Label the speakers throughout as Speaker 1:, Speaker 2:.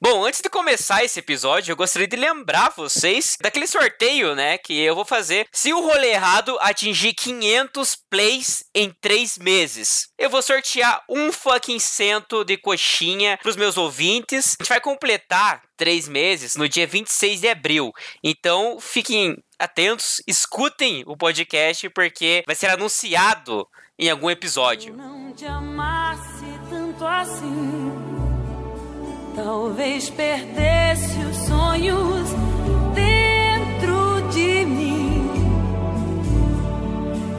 Speaker 1: Bom, antes de começar esse episódio, eu gostaria de lembrar vocês daquele sorteio, né, que eu vou fazer se o rolê errado atingir 500 plays em 3 meses. Eu vou sortear um fucking cento de coxinha pros meus ouvintes. A gente vai completar 3 meses no dia 26 de abril. Então, fiquem atentos, escutem o podcast porque vai ser anunciado em algum episódio.
Speaker 2: Não te amasse tanto assim. Talvez perdesse os sonhos dentro de mim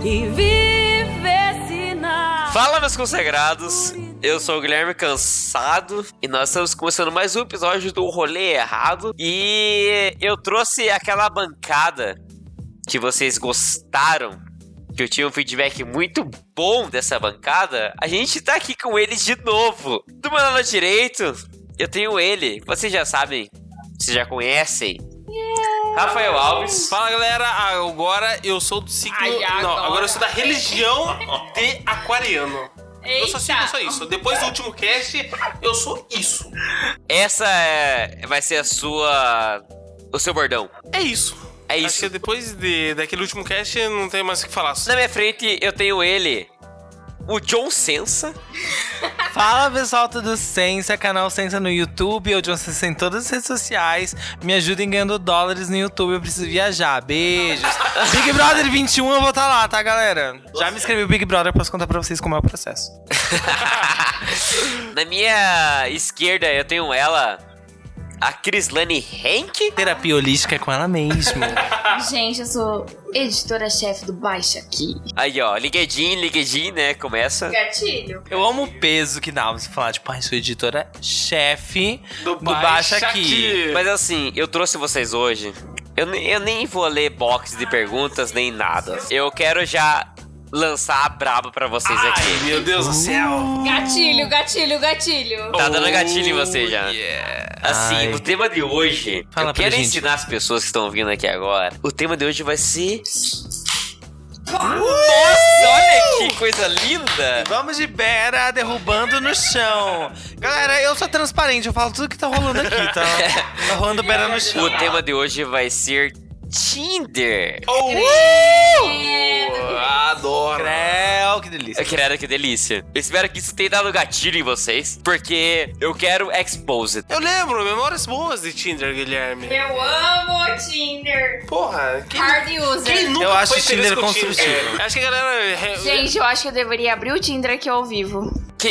Speaker 2: e vivesse na.
Speaker 1: Fala, meus consagrados! Eu sou o Guilherme Cansado e nós estamos começando mais um episódio do Rolê Errado. E eu trouxe aquela bancada que vocês gostaram, que eu tinha um feedback muito bom dessa bancada. A gente tá aqui com eles de novo. Do meu lado direito, eu tenho ele, vocês já sabem, vocês já conhecem. Rafael Alves.
Speaker 3: Fala galera, agora eu sou do signo.
Speaker 4: Ai, agora.
Speaker 3: Não, agora eu sou da religião de aquariano. Eu só sigo
Speaker 4: Eita.
Speaker 3: só isso. Depois do último cast, eu sou isso.
Speaker 1: Essa é- vai ser a sua. o seu bordão.
Speaker 3: É isso.
Speaker 1: É
Speaker 3: Acho
Speaker 1: isso.
Speaker 3: que depois de, daquele último cast não tem mais o que falar.
Speaker 1: Na minha frente eu tenho ele, o John Sensa.
Speaker 5: Fala pessoal, tudo Sensa, canal Sensa no YouTube, onde vocês têm todas as redes sociais. Me ajudem ganhando dólares no YouTube, eu preciso viajar. Beijos. Big Brother 21, eu vou estar lá, tá galera? Já me inscrevi no Big Brother, posso contar pra vocês como é o processo.
Speaker 1: Na minha esquerda eu tenho ela, a Crislane Henke.
Speaker 5: Terapia holística é com ela mesma.
Speaker 4: Gente, eu sou editora-chefe do Baixa Aqui.
Speaker 1: Aí ó, LinkedIn, LinkedIn, né? Começa.
Speaker 4: Gatilho.
Speaker 5: Eu amo o peso que dá você falar, tipo, ai, sou editora chefe do, Baixa Aqui.
Speaker 1: Mas assim, eu trouxe vocês hoje. Eu, ne- eu nem vou ler box de perguntas nem nada. Eu quero já lançar a braba pra vocês
Speaker 3: Ai,
Speaker 1: aqui.
Speaker 3: meu Deus do céu.
Speaker 4: Gatilho, gatilho, gatilho.
Speaker 1: Tá
Speaker 3: Oh,
Speaker 1: dando gatilho em você já. Assim,
Speaker 5: Ai.
Speaker 1: o tema de hoje.
Speaker 5: Fala
Speaker 1: eu
Speaker 5: pra
Speaker 1: quero
Speaker 5: gente.
Speaker 1: ensinar as pessoas que estão vindo aqui agora. O tema de hoje vai ser. Nossa, olha que coisa linda!
Speaker 5: Vamos de Bera derrubando no chão. Galera, eu sou transparente, eu falo tudo que tá rolando aqui, tá? Tá rolando Bera no chão.
Speaker 1: O tema de hoje vai ser Tinder.
Speaker 3: Oh! Adoro.
Speaker 5: Creu, que delícia.
Speaker 1: Eu credo, que delícia. Eu espero que isso tenha dado gatilho em vocês, porque eu quero exposed.
Speaker 3: Eu lembro, memórias boas de Tinder, Guilherme.
Speaker 4: Eu amo o Tinder.
Speaker 3: Porra, quem,
Speaker 4: Hard
Speaker 3: quem
Speaker 4: user.
Speaker 3: nunca
Speaker 5: Eu acho
Speaker 3: foi feliz
Speaker 5: Tinder
Speaker 3: com o
Speaker 5: construtivo.
Speaker 3: É, acho que a galera.
Speaker 4: Gente, eu acho que eu deveria abrir o Tinder aqui ao vivo.
Speaker 1: Que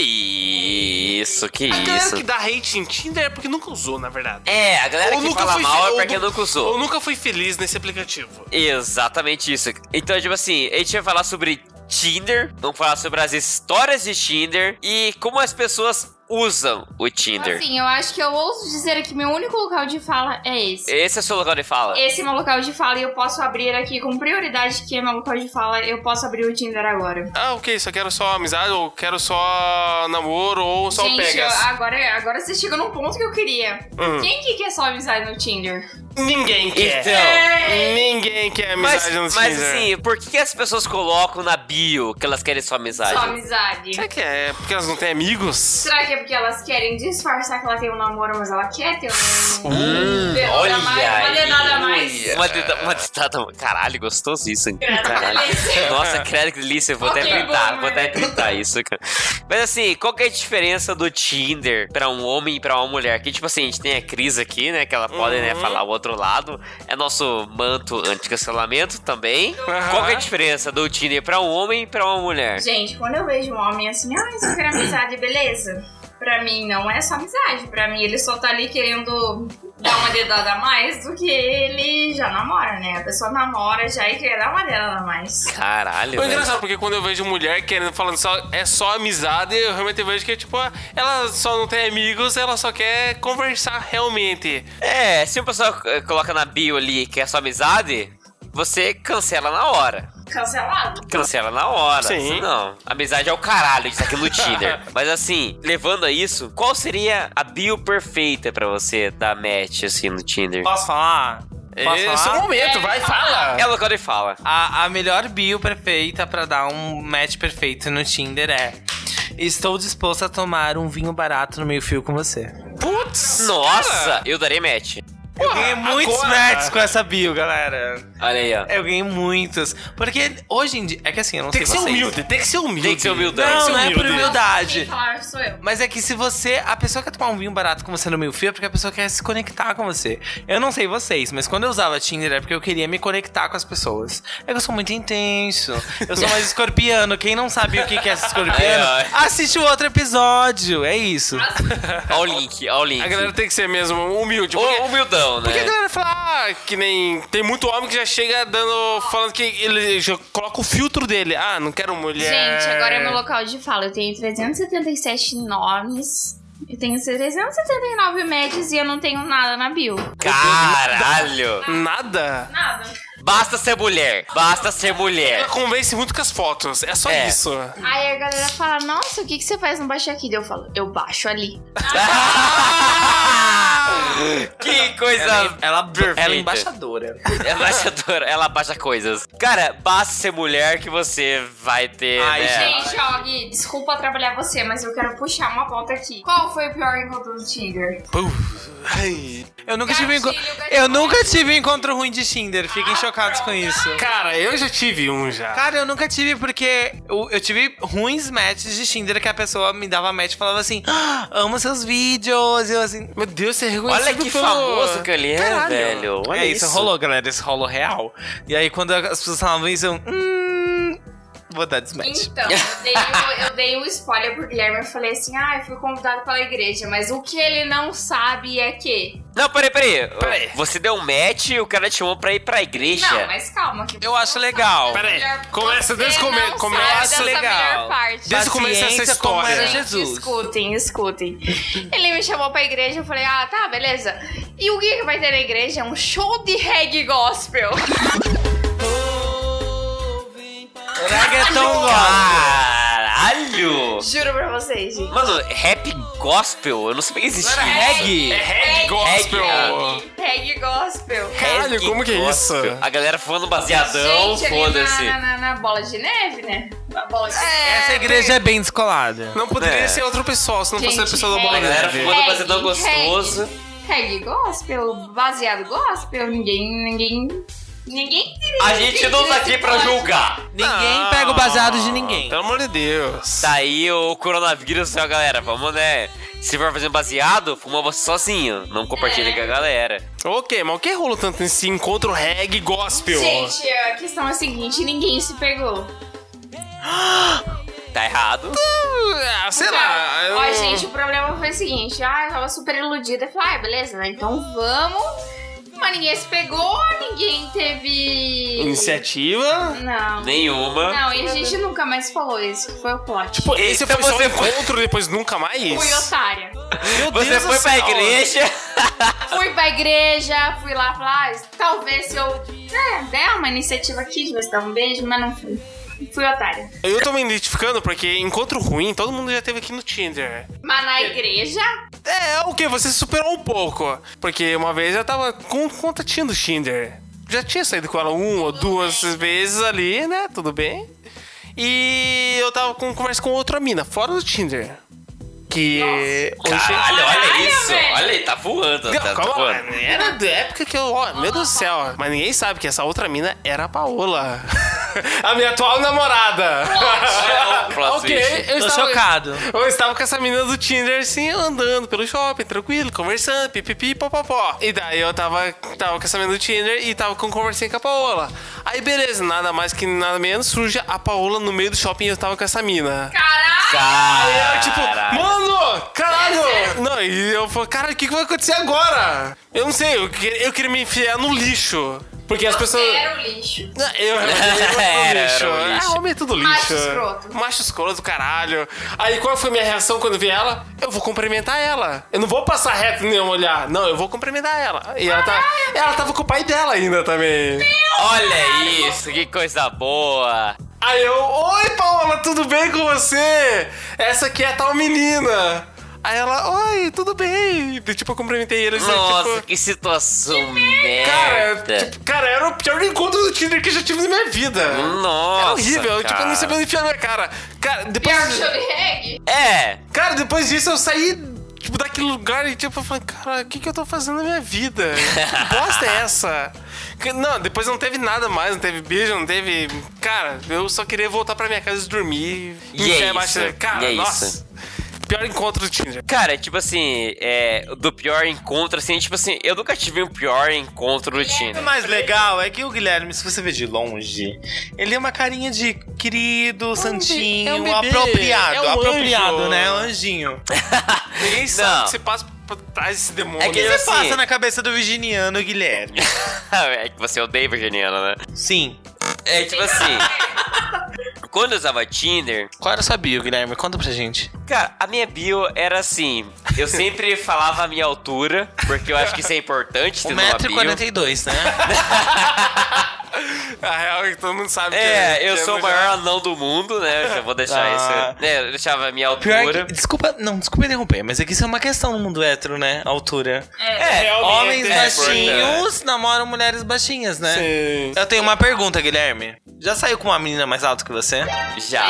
Speaker 1: isso, que
Speaker 3: a galera
Speaker 1: isso.
Speaker 3: que dá hate em Tinder é porque nunca usou, na verdade.
Speaker 1: É, a galera
Speaker 3: Ou
Speaker 1: que
Speaker 3: nunca
Speaker 1: fala
Speaker 3: foi
Speaker 1: mal
Speaker 3: fe-
Speaker 1: é
Speaker 3: ou
Speaker 1: porque
Speaker 3: nu-
Speaker 1: nunca
Speaker 3: Eu
Speaker 1: usou.
Speaker 3: nunca fui feliz nesse aplicativo.
Speaker 1: Exatamente isso. Então, tipo assim, a gente vai falar sobre Tinder, vamos falar sobre as histórias de Tinder e como as pessoas usam o Tinder.
Speaker 4: Assim, eu acho que eu ouso dizer que meu único local de fala é esse.
Speaker 1: Esse é o seu local de fala.
Speaker 4: Esse é meu local de fala e eu posso abrir aqui com prioridade, que é meu local de fala. Eu posso abrir o Tinder agora.
Speaker 3: Ah, ok, só quero só amizade, ou quero só namoro, ou só
Speaker 4: Gente, eu-
Speaker 3: pegas.
Speaker 4: agora, agora você chegou num ponto que eu queria.
Speaker 3: Hum.
Speaker 4: Quem que quer só amizade no Tinder?
Speaker 3: Ninguém quer.
Speaker 1: Então.
Speaker 3: Ninguém quer
Speaker 1: Mas,
Speaker 3: É. amizade no Tinder.
Speaker 1: mas assim, por que que as pessoas colocam na bio que elas querem só amizade?
Speaker 4: Só amizade.
Speaker 3: Será que é porque elas não têm amigos?
Speaker 4: Será que é porque elas querem disfarçar que ela tem um namoro, mas ela quer ter um.
Speaker 1: Hum,
Speaker 4: Tem nada
Speaker 1: olha
Speaker 4: mais,
Speaker 1: aí.
Speaker 4: uma dedada a mais.
Speaker 1: Uma deda- uma dedada- Caralho, gostoso isso, hein?
Speaker 4: Credo, que
Speaker 1: Caralho.
Speaker 4: delícia.
Speaker 1: Nossa, credo que delícia. Eu vou até
Speaker 4: Ok,
Speaker 1: printar,
Speaker 4: boomer.
Speaker 1: vou até printar isso, cara. Mas assim, qual que é a diferença do Tinder pra um homem e pra uma mulher? Que, tipo assim, a gente tem a Cris aqui, né? Que ela pode, né, falar o outro lado. É nosso manto anticancelamento também.
Speaker 3: Aham.
Speaker 1: Qual que é a diferença do Tinder pra um homem e pra uma mulher?
Speaker 4: Gente, quando eu vejo um homem assim, ah, isso quer amizade, beleza. Pra mim, não é só amizade. Pra mim, ele só tá ali querendo dar uma dedada a mais do que ele já namora, né? A pessoa namora já e quer dar uma dedada a mais.
Speaker 1: Caralho,
Speaker 3: Foi
Speaker 1: velho.
Speaker 3: engraçado, porque quando eu vejo mulher querendo falando só é só amizade, eu realmente vejo que é tipo, ah, ela só não tem amigos, ela só quer conversar realmente.
Speaker 1: É, se o pessoal eh, coloca na bio ali que é só amizade, você cancela na hora.
Speaker 4: Cancelado.
Speaker 1: Cancela na hora.
Speaker 3: Sim.
Speaker 1: Isso Não. Amizade é o caralho, isso aqui no Tinder. Mas assim, levando a isso, qual seria a bio perfeita pra você dar match assim no Tinder?
Speaker 5: Posso falar? Posso
Speaker 3: Esse é o
Speaker 5: falar?
Speaker 3: momento, vai, fala!
Speaker 1: É o local de fala.
Speaker 5: A, a melhor bio perfeita pra dar um match perfeito no Tinder é Estou disposto a tomar um vinho barato no meio fio com você.
Speaker 3: Putz!
Speaker 1: Nossa,
Speaker 3: cara.
Speaker 1: eu darei match.
Speaker 5: Eu ganhei
Speaker 3: Porra,
Speaker 5: muitos
Speaker 3: Ah, agora,
Speaker 5: matches
Speaker 3: cara.
Speaker 5: com essa bio, galera.
Speaker 1: Olha aí, ó.
Speaker 5: Eu ganhei muitos. Porque hoje em dia. É que assim, eu não
Speaker 3: Tem que
Speaker 5: sei
Speaker 3: ser
Speaker 5: vocês.
Speaker 3: humilde, Tipo tem que ser humilde.
Speaker 1: Tem que ser humilde.
Speaker 3: Tem que
Speaker 5: Não,
Speaker 3: ser
Speaker 5: não é por
Speaker 3: humilde.
Speaker 5: humildade.
Speaker 4: Quem falar sou eu.
Speaker 5: Mas é que se você. A pessoa quer tomar um vinho barato com você no meio fio é porque a pessoa quer se conectar com você. Eu não sei vocês, mas quando eu usava Tinder é porque eu queria me conectar com as pessoas. É que eu sou muito intenso. Eu sou mais escorpiano. Quem não sabe o que que é ser escorpiano,
Speaker 1: Ai,
Speaker 5: assiste o outro episódio. É isso.
Speaker 1: Ó o link, ó o link.
Speaker 3: A galera tem que ser mesmo humilde. porque-
Speaker 1: Ô, humildão, né?
Speaker 3: Porque a galera fala ah, que nem. Tem muito homem que já chega dando. falando que ele já coloca o filtro dele. Ah, não quero mulher.
Speaker 4: Gente, agora é meu local de fala. Eu tenho 377 nomes. Eu tenho 379 matches e eu não tenho nada na bio.
Speaker 1: Caralho!
Speaker 3: Nada.
Speaker 4: Nada.
Speaker 1: Basta ser mulher, basta ser mulher.
Speaker 3: Ela convence muito com as fotos. É só
Speaker 1: É.
Speaker 3: isso.
Speaker 4: Aí a galera fala, nossa, o que, que você faz no baixo aqui? Daí Eu falo, eu baixo ali.
Speaker 1: que coisa
Speaker 5: Ela, ela, ela é
Speaker 1: perfeita.
Speaker 5: embaixadora.
Speaker 1: Ela se adora, ela baixa coisas. Cara, basta ser mulher que você vai ter.
Speaker 5: Ai,
Speaker 1: né?
Speaker 5: gente.
Speaker 4: Gente, ó, Gui, desculpa atrapalhar você, mas eu quero puxar uma pauta aqui. Qual foi o pior encontro do Tinder?
Speaker 3: Puf. Ai.
Speaker 5: Eu nunca tive um enco-
Speaker 4: Gatilho, gatilho.
Speaker 5: Eu nunca tive um encontro ruim de Tinder. Fiquem chocados com isso.
Speaker 3: Cara, eu já tive um já.
Speaker 5: Cara, eu nunca tive, porque eu, eu tive ruins matches de Tinder que a pessoa me dava match e falava assim: ah, amo seus vídeos. Eu assim.
Speaker 3: Meu Deus, você reconheceu.
Speaker 1: Olha
Speaker 5: tipo,
Speaker 1: que famoso que ele é,
Speaker 3: Caralho.
Speaker 1: velho. Olha
Speaker 5: é isso. rolou, galera. Isso rolou real. E aí, quando as pessoas falavam isso, eu. Hum. Vou dar desmatch.
Speaker 4: Então, eu dei, o, eu dei o spoiler pro Guilherme eu falei assim, ah, eu fui convidado pela igreja, mas o que ele não sabe é que...
Speaker 1: Não, peraí, peraí.
Speaker 3: Peraí.
Speaker 1: Você deu um match e o cara te chamou pra ir pra igreja.
Speaker 4: Não, mas calma. Que é
Speaker 5: Eu acho legal.
Speaker 4: Pera
Speaker 3: Peraí, começa desde o
Speaker 4: come...
Speaker 3: come- começa-
Speaker 4: sabe
Speaker 5: Eu acho
Speaker 4: dessa
Speaker 5: legal.
Speaker 4: melhor parte.
Speaker 3: Desde o começo dessa
Speaker 5: Paciência, como
Speaker 3: história.
Speaker 5: era
Speaker 4: Gente,
Speaker 5: Jesus.
Speaker 4: Escutem, escutem. Ele me chamou pra igreja, eu falei, ah, tá, beleza. E o que que vai ter na igreja? é Um show de reggae gospel.
Speaker 5: Reggaeton gospel.
Speaker 1: é Caralho!
Speaker 4: Juro pra vocês, gente.
Speaker 1: Mano, rap gospel? Eu não sabia que existia.
Speaker 3: Não era
Speaker 1: Reggae?
Speaker 3: É reggae gospel.
Speaker 1: Reggae.
Speaker 4: Reggae gospel.
Speaker 3: Caralho,
Speaker 1: Reggae
Speaker 3: como que é isso?
Speaker 1: A galera fumando baseadão,
Speaker 4: gente, ali na,
Speaker 1: foda-se.
Speaker 4: na, na- na bola de neve, né? Na bola de neve.
Speaker 5: Essa igreja é bem descolada.
Speaker 3: Não poderia
Speaker 1: É.
Speaker 3: ser outro pessoal, se não fosse a
Speaker 4: Gente,
Speaker 3: pessoa da bola
Speaker 1: A galera
Speaker 3: neve.
Speaker 1: fumando baseadão gostoso.
Speaker 4: Reggae gospel, baseado gospel, ninguém, ninguém... Ninguém...
Speaker 1: A gente não tá aqui pra julgar.
Speaker 5: Ninguém pega o baseado de ninguém.
Speaker 3: Pelo amor de Deus.
Speaker 1: Tá aí o coronavírus, ó, galera. Vamos, né? Se for fazer baseado, fuma você sozinho. Não compartilha com a galera.
Speaker 3: Ok, mas o que rolou tanto nesse encontro reggae gospel?
Speaker 4: Gente, a questão é a seguinte, ninguém se pegou.
Speaker 1: Tá errado.
Speaker 3: Ah, sei lá.
Speaker 4: Ó,
Speaker 3: eu-
Speaker 4: Ó, gente, o problema foi o seguinte: ah, eu tava super iludida. Falei, ah, beleza, né? Então vamos. Mas ninguém se pegou, ninguém teve.
Speaker 3: Iniciativa.
Speaker 4: Não.
Speaker 1: Nenhuma.
Speaker 4: Não, e a gente nunca mais falou isso, que foi o plot.
Speaker 3: Pô, esse
Speaker 1: Então
Speaker 3: foi só
Speaker 1: você
Speaker 3: um encontro depois nunca mais?
Speaker 4: Fui otária.
Speaker 3: Meu
Speaker 1: Você
Speaker 3: Deus
Speaker 1: foi
Speaker 3: do
Speaker 1: pra
Speaker 3: céu. né?
Speaker 1: igreja.
Speaker 4: fui pra igreja, fui lá falar, ah, talvez se eu. É, der uma iniciativa aqui de você dar um beijo, mas não fui. Fui otária.
Speaker 3: Eu tô me identificando porque encontro ruim todo mundo já teve aqui no Tinder.
Speaker 4: Mas na igreja,
Speaker 3: É, o que? Você se superou um pouco. Porque uma vez eu tava com um contatinho do Tinder. Já tinha saído com ela uma ou duas vezes ali, né? Tudo bem. E eu tava com conversa com outra mina, fora do Tinder. Que. hoje-
Speaker 1: Caralho, olha
Speaker 4: Caralho,
Speaker 1: isso.
Speaker 4: velho.
Speaker 1: Olha aí, tá voando.
Speaker 3: Não,
Speaker 1: Tá, tá
Speaker 3: calma lá,
Speaker 1: voando.
Speaker 3: era da época que eu. Ó, meu Deus do céu. Mas ninguém sabe que essa outra mina era a Paola. a minha atual namorada.
Speaker 1: Olha o plot
Speaker 3: ok,
Speaker 1: twist.
Speaker 3: eu
Speaker 5: Tô
Speaker 3: estava,
Speaker 5: chocado.
Speaker 3: Eu estava com essa menina do Tinder, assim, andando pelo shopping, tranquilo, conversando, pipipi, popopó. E daí eu tava, tava com essa menina do Tinder e tava com conversinha com a Paola. Aí beleza, nada mais que nada menos, surge a Paola no meio do shopping e eu tava com essa mina.
Speaker 4: caralho!
Speaker 3: Aí eu, tipo,
Speaker 1: Caralho.
Speaker 3: mano,
Speaker 4: É
Speaker 3: caralho! Não, e eu falo, cara, o que, que vai acontecer agora? Eu não sei, eu, que- eu queria me enfiar no lixo. Porque as pessoas.
Speaker 4: Você era o lixo.
Speaker 3: Não, Eu, eu, eu era
Speaker 1: Era,
Speaker 3: no lixo.
Speaker 1: era um lixo.
Speaker 3: Ah, homem é tudo lixo.
Speaker 4: Macho escroto.
Speaker 3: Macho escroto, caralho. Aí qual foi a minha reação quando eu vi ela? Eu vou cumprimentar ela. Eu não vou passar reto nem olhar. Não, eu vou cumprimentar ela. E ela, tá, ela tava com o pai dela ainda também.
Speaker 1: Olha isso. Que coisa boa.
Speaker 3: Aí eu, oi Paola, tudo bem com você? Essa aqui é a tal menina. Aí ela, oi, tudo bem? E, tipo, eu cumprimentei ele assim,
Speaker 1: Nossa,
Speaker 3: tipo,
Speaker 1: que situação
Speaker 3: cara,
Speaker 1: merda.
Speaker 3: tipo, cara, era o pior encontro do Tinder que eu já tive na minha vida.
Speaker 1: Nossa,
Speaker 3: Era horrível, eu, tipo, eu não
Speaker 1: cara.
Speaker 3: sabia onde enfiar minha cara. Cara,
Speaker 4: Pior
Speaker 3: depois.
Speaker 4: show de reggae?
Speaker 1: É.
Speaker 3: Cara, depois disso eu saí. tipo, tipo, daquele lugar e tipo, eu falei, cara, o que, que eu tô fazendo na minha vida? Que bosta é essa? Que- Não, depois não teve nada mais, não teve beijo, não teve. Cara, eu só queria voltar pra minha casa e dormir.
Speaker 1: E
Speaker 3: enfiar
Speaker 1: é
Speaker 3: embaixo
Speaker 1: isso,
Speaker 3: da- Cara,
Speaker 1: e é
Speaker 3: nossa.
Speaker 1: isso.
Speaker 3: Pior encontro do Tinder.
Speaker 1: Cara, tipo assim, é, do pior encontro, assim, tipo assim, eu nunca tive um pior encontro
Speaker 5: é
Speaker 1: no
Speaker 6: O
Speaker 1: Tinder.
Speaker 6: mais legal é que o Guilherme, se você vê de longe, ele é uma carinha de querido, santinho,
Speaker 3: é um bebê,
Speaker 6: apropriado.
Speaker 3: é um
Speaker 6: apropriado,
Speaker 3: anjo. É
Speaker 6: né? Um anjinho.
Speaker 3: Ninguém sabe
Speaker 1: Não.
Speaker 3: que você passa por trás desse demônio.
Speaker 1: É
Speaker 6: O que você
Speaker 1: assim-
Speaker 6: passa na cabeça do virginiano, Guilherme?
Speaker 1: é que você odeia virginiana, né?
Speaker 6: Sim.
Speaker 1: É tipo assim. Quando eu usava Tinder,
Speaker 5: Qual era a sua bio, Guilherme? Conta pra gente.
Speaker 3: Um
Speaker 1: cara, a minha bio era assim. Eu sempre falava a minha altura, porque eu acho que isso é importante ter numa bio.
Speaker 5: 1,42m, né?
Speaker 3: A real é que todo mundo sabe que
Speaker 1: É, eu
Speaker 3: que
Speaker 1: sou o
Speaker 3: já-
Speaker 1: maior anão do mundo, né? Eu já vou deixar
Speaker 5: né? Ah.
Speaker 1: isso. Né? Eu deixava a minha
Speaker 5: Pior é
Speaker 1: altura.
Speaker 5: que, desculpa, não, desculpa interromper, mas é que isso é uma questão no mundo hétero, né? A Altura.
Speaker 1: É,
Speaker 3: Realmente
Speaker 5: Homens
Speaker 3: é
Speaker 5: baixinhos namoram mulheres baixinhas, né?
Speaker 3: Sim.
Speaker 5: Eu tenho uma pergunta, Guilherme. Já saiu com uma menina mais alta que você?
Speaker 1: já.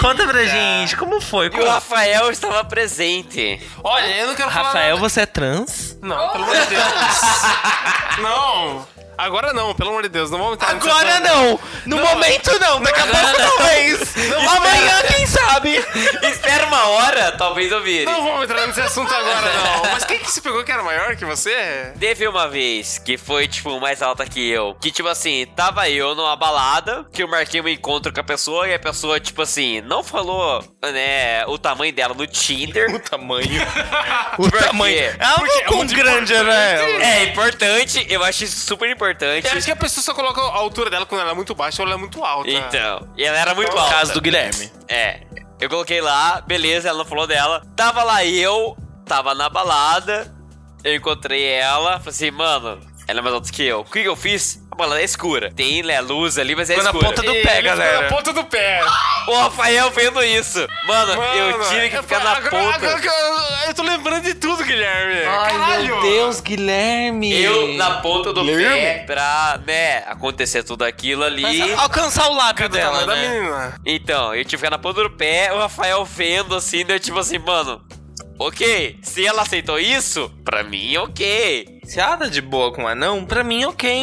Speaker 5: Conta pra gente, como foi?
Speaker 1: E o Rafael estava presente.
Speaker 3: Olha, eu não quero falar.
Speaker 5: Rafael, você é trans?
Speaker 3: nada. Não, pelo amor de Deus. não. Agora não, pelo amor de Deus. Não vamos entrar nessa
Speaker 5: Agora
Speaker 3: história.
Speaker 5: não! No momento não, daqui a pouco talvez! Amanhã, quem sabe?
Speaker 1: Espera uma hora, talvez eu vire.
Speaker 3: Não vamos entrar nesse assunto agora, não. Mas quem é que se pegou que era maior que você?
Speaker 1: Teve uma vez que foi, tipo, mais alta que eu. Que, tipo assim, tava eu numa balada, que eu marquei um encontro com a pessoa e a pessoa, tipo assim, não falou, né, o tamanho dela no Tinder.
Speaker 5: O tamanho.
Speaker 1: Por
Speaker 5: O
Speaker 1: quê?
Speaker 5: tamanho. Ela não né,
Speaker 3: Porque é
Speaker 5: quão
Speaker 3: muito
Speaker 5: um grande era ela.
Speaker 1: É importante, eu acho isso super importante.
Speaker 3: Eu acho que a pessoa só coloca a altura dela quando ela é muito baixa ou ela é muito alta.
Speaker 1: Então, e ela era muito
Speaker 5: No
Speaker 1: alta.
Speaker 5: caso do Guilherme.
Speaker 1: É, eu coloquei lá, beleza, ela não falou dela. Tava lá eu, tava na balada, eu encontrei ela, falei assim, mano, ela é mais alta que eu. O que, que eu fiz? A balada é escura. Tem né, luz ali, mas é
Speaker 5: Ficou na
Speaker 1: escura.
Speaker 5: ponta do
Speaker 3: Ele
Speaker 5: pé,
Speaker 3: ficou
Speaker 5: galera.
Speaker 3: Na ponta do pé.
Speaker 1: O Rafael vendo isso. Mano, eu tive que
Speaker 3: eu
Speaker 1: ficar na
Speaker 3: falo- é agora-
Speaker 1: ponta.
Speaker 3: agora que eu, eu tô lembrando de tudo, Guilherme.
Speaker 5: Ai,
Speaker 3: Caralho.
Speaker 5: meu Deus, Guilherme.
Speaker 1: Eu na ponta do pé pra, né, acontecer tudo aquilo ali.
Speaker 5: Mas Alcançar o lábio
Speaker 3: Tá, mas
Speaker 5: dela,
Speaker 3: da
Speaker 5: né?
Speaker 3: menina.
Speaker 1: Então, eu tive que ficar na ponta do pé, o Rafael vendo assim, daí eu tipo assim, mano. Ok, se ela aceitou isso, pra mim, ok.
Speaker 5: Se ela tá de boa com um anão, pra mim, ok.